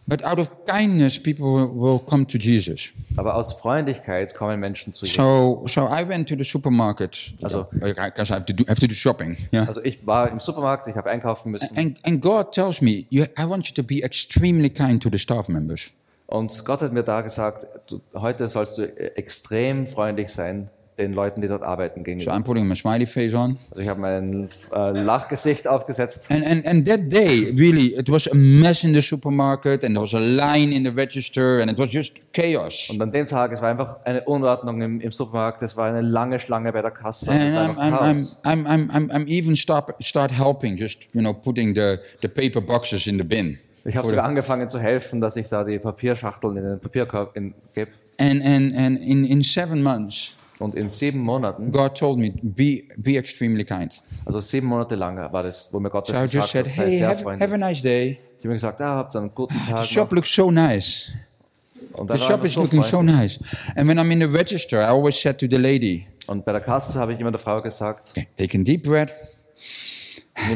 Speaker 2: but out of kindness, people will, will come to Jesus.
Speaker 1: Aber aus Freundlichkeit kommen Menschen zu Jesus.
Speaker 2: So so I went to the supermarket
Speaker 1: Also-
Speaker 2: because I have to do have to do shopping. Yeah.
Speaker 1: Also ich war im Supermarkt, ich habe einkaufen müssen
Speaker 2: And, and God tells me, you, I want you to be extremely kind to the staff members.
Speaker 1: und Gott hat mir da gesagt, du, heute sollst du äh, extrem freundlich sein den Leuten, die dort arbeiten
Speaker 2: So
Speaker 1: gegenüber.
Speaker 2: I'm putting my smiley face on.
Speaker 1: Also ich habe mein äh, Lachgesicht aufgesetzt
Speaker 2: And, and, and that day, really, it was a mess in the supermarket, and there was a line in the register, and it was just chaos.
Speaker 1: und an dem Tag, es war einfach eine Unordnung im, im Supermarkt, es war eine lange Schlange bei der Kasse, es
Speaker 2: And
Speaker 1: war
Speaker 2: I'm,
Speaker 1: einfach
Speaker 2: I'm, I'm,
Speaker 1: Chaos.
Speaker 2: I'm, I'm, I'm, I'm even stop, start helping, just you know, putting the, the paper boxes in the bin.
Speaker 1: Ich habe
Speaker 2: For
Speaker 1: sogar
Speaker 2: the-
Speaker 1: angefangen zu helfen, dass ich da die Papierschachteln in den Papierkorb in- gebe.
Speaker 2: and and, and in, in seven months,
Speaker 1: Und in sieben Monaten,
Speaker 2: God told me, be, be extremely kind.
Speaker 1: also sieben Monate lang war das, wo mir Gott das
Speaker 2: So I just
Speaker 1: gesagt
Speaker 2: said,
Speaker 1: hat, sei
Speaker 2: hey,
Speaker 1: sehr
Speaker 2: have, have
Speaker 1: freundlich.
Speaker 2: a nice day.
Speaker 1: habe mir gesagt, ah, habt einen guten Tag.
Speaker 2: The shop looks so nice.
Speaker 1: noch. Und
Speaker 2: The
Speaker 1: dann waren
Speaker 2: shop
Speaker 1: wir
Speaker 2: is looking so
Speaker 1: freundlich.
Speaker 2: nice. And when I'm in the register, I always said to the lady,
Speaker 1: Und bei der Kasse habe ich immer der Frau gesagt,
Speaker 2: take a deep breath.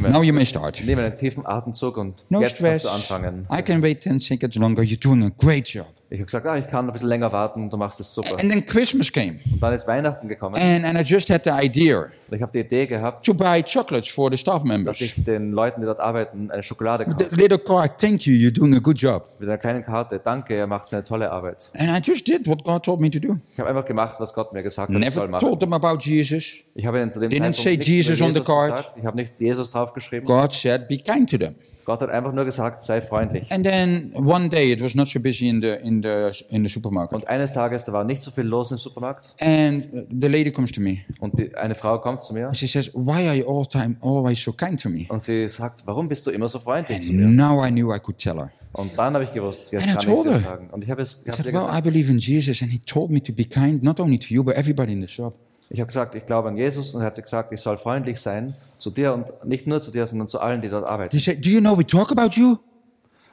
Speaker 2: Now you may start.
Speaker 1: nehme einen tiefen Atemzug und
Speaker 2: No
Speaker 1: jetzt
Speaker 2: stress.
Speaker 1: kannst du anfangen.
Speaker 2: I can wait 10 seconds longer. You're doing a great job.
Speaker 1: Ich habe gesagt, ah, ich kann ein bisschen länger warten, du machst es super.
Speaker 2: And then Christmas came.
Speaker 1: Und dann ist Weihnachten gekommen
Speaker 2: And, and I just had the idea
Speaker 1: und ich habe die Idee gehabt,
Speaker 2: to buy chocolates for the staff
Speaker 1: dass
Speaker 2: members.
Speaker 1: ich den Leuten, die dort arbeiten, eine Schokolade
Speaker 2: The
Speaker 1: kaufe.
Speaker 2: little card, thank you, you're doing a good job.
Speaker 1: Mit einer kleinen Karte, danke, er macht eine tolle Arbeit.
Speaker 2: And I just did what God told me to do.
Speaker 1: Ich habe einfach gemacht, was Gott mir gesagt hat, ich soll
Speaker 2: Never
Speaker 1: machen.
Speaker 2: told them about Jesus.
Speaker 1: Ich habe ihnen zu dem
Speaker 2: Didn't
Speaker 1: Zeitpunkt
Speaker 2: say
Speaker 1: nichts über
Speaker 2: Jesus on the card.
Speaker 1: gesagt. Ich habe nicht Jesus draufgeschrieben.
Speaker 2: God said, be kind to them.
Speaker 1: Gott hat einfach nur gesagt, sei freundlich.
Speaker 2: And then one day it was not so busy in the in the in the supermarket.
Speaker 1: Und eines Tages, da war nicht so viel los im Supermarkt
Speaker 2: And the lady comes to me.
Speaker 1: und die, eine Frau kommt zu mir
Speaker 2: She says, "Why are you all time always so kind to me?"
Speaker 1: und sie sagt, warum bist du immer so freundlich zu mir?
Speaker 2: And now I knew I could tell her.
Speaker 1: Und dann habe ich gewusst, jetzt
Speaker 2: And I
Speaker 1: kann ich
Speaker 2: told her.
Speaker 1: es sagen. Und ich habe es ich habe
Speaker 2: I
Speaker 1: es ihr
Speaker 2: said, "Well,
Speaker 1: gesagt.
Speaker 2: I believe in Jesus, and He told me to be kind not only to you but everybody in the shop."
Speaker 1: Ich habe gesagt, ich glaube an Jesus und er hat gesagt, ich soll freundlich sein zu dir und nicht nur zu dir, sondern zu allen, die dort arbeiten.
Speaker 2: He said, "Do you know we talk about you?"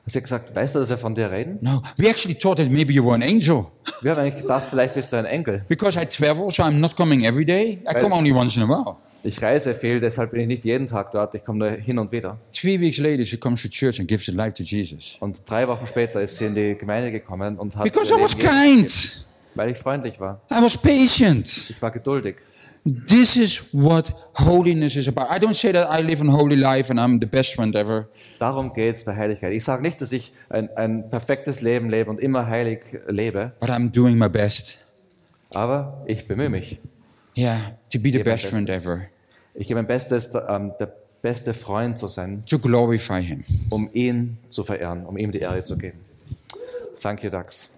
Speaker 1: Sie hat gesagt, weißt du, dass wir von dir reden?
Speaker 2: No, we actually thought that maybe you were an angel
Speaker 1: Wir haben eigentlich gedacht, vielleicht bist du ein Enkel.
Speaker 2: because I travel, so I'm not coming every day. I come only once in a while.
Speaker 1: Ich reise viel, deshalb bin ich nicht jeden Tag dort. Ich komme nur hin und wieder.
Speaker 2: Three weeks later, she comes to church and gives her life to Jesus
Speaker 1: Und drei Wochen später ist sie in die Gemeinde gekommen und hat
Speaker 2: because I
Speaker 1: ihr
Speaker 2: was
Speaker 1: Leben
Speaker 2: kind.
Speaker 1: gegeben, weil ich freundlich war.
Speaker 2: I was patient.
Speaker 1: Ich war geduldig.
Speaker 2: This is what holiness is about. I don't say that I live a holy life and I'm the best friend ever.
Speaker 1: Darum geht es bei Heiligkeit. Ich sage nicht, dass ich ein, ein perfektes Leben lebe und immer heilig lebe,
Speaker 2: But I'm doing my best.
Speaker 1: aber ich bemühe mich.
Speaker 2: Yeah, to be the
Speaker 1: my
Speaker 2: best friend ever.
Speaker 1: Ich gebe mein Bestes, ähm, der beste Freund zu sein,
Speaker 2: To glorify him.
Speaker 1: um ihn zu verehren, um ihm die Ehre zu geben. Thank you, Dax.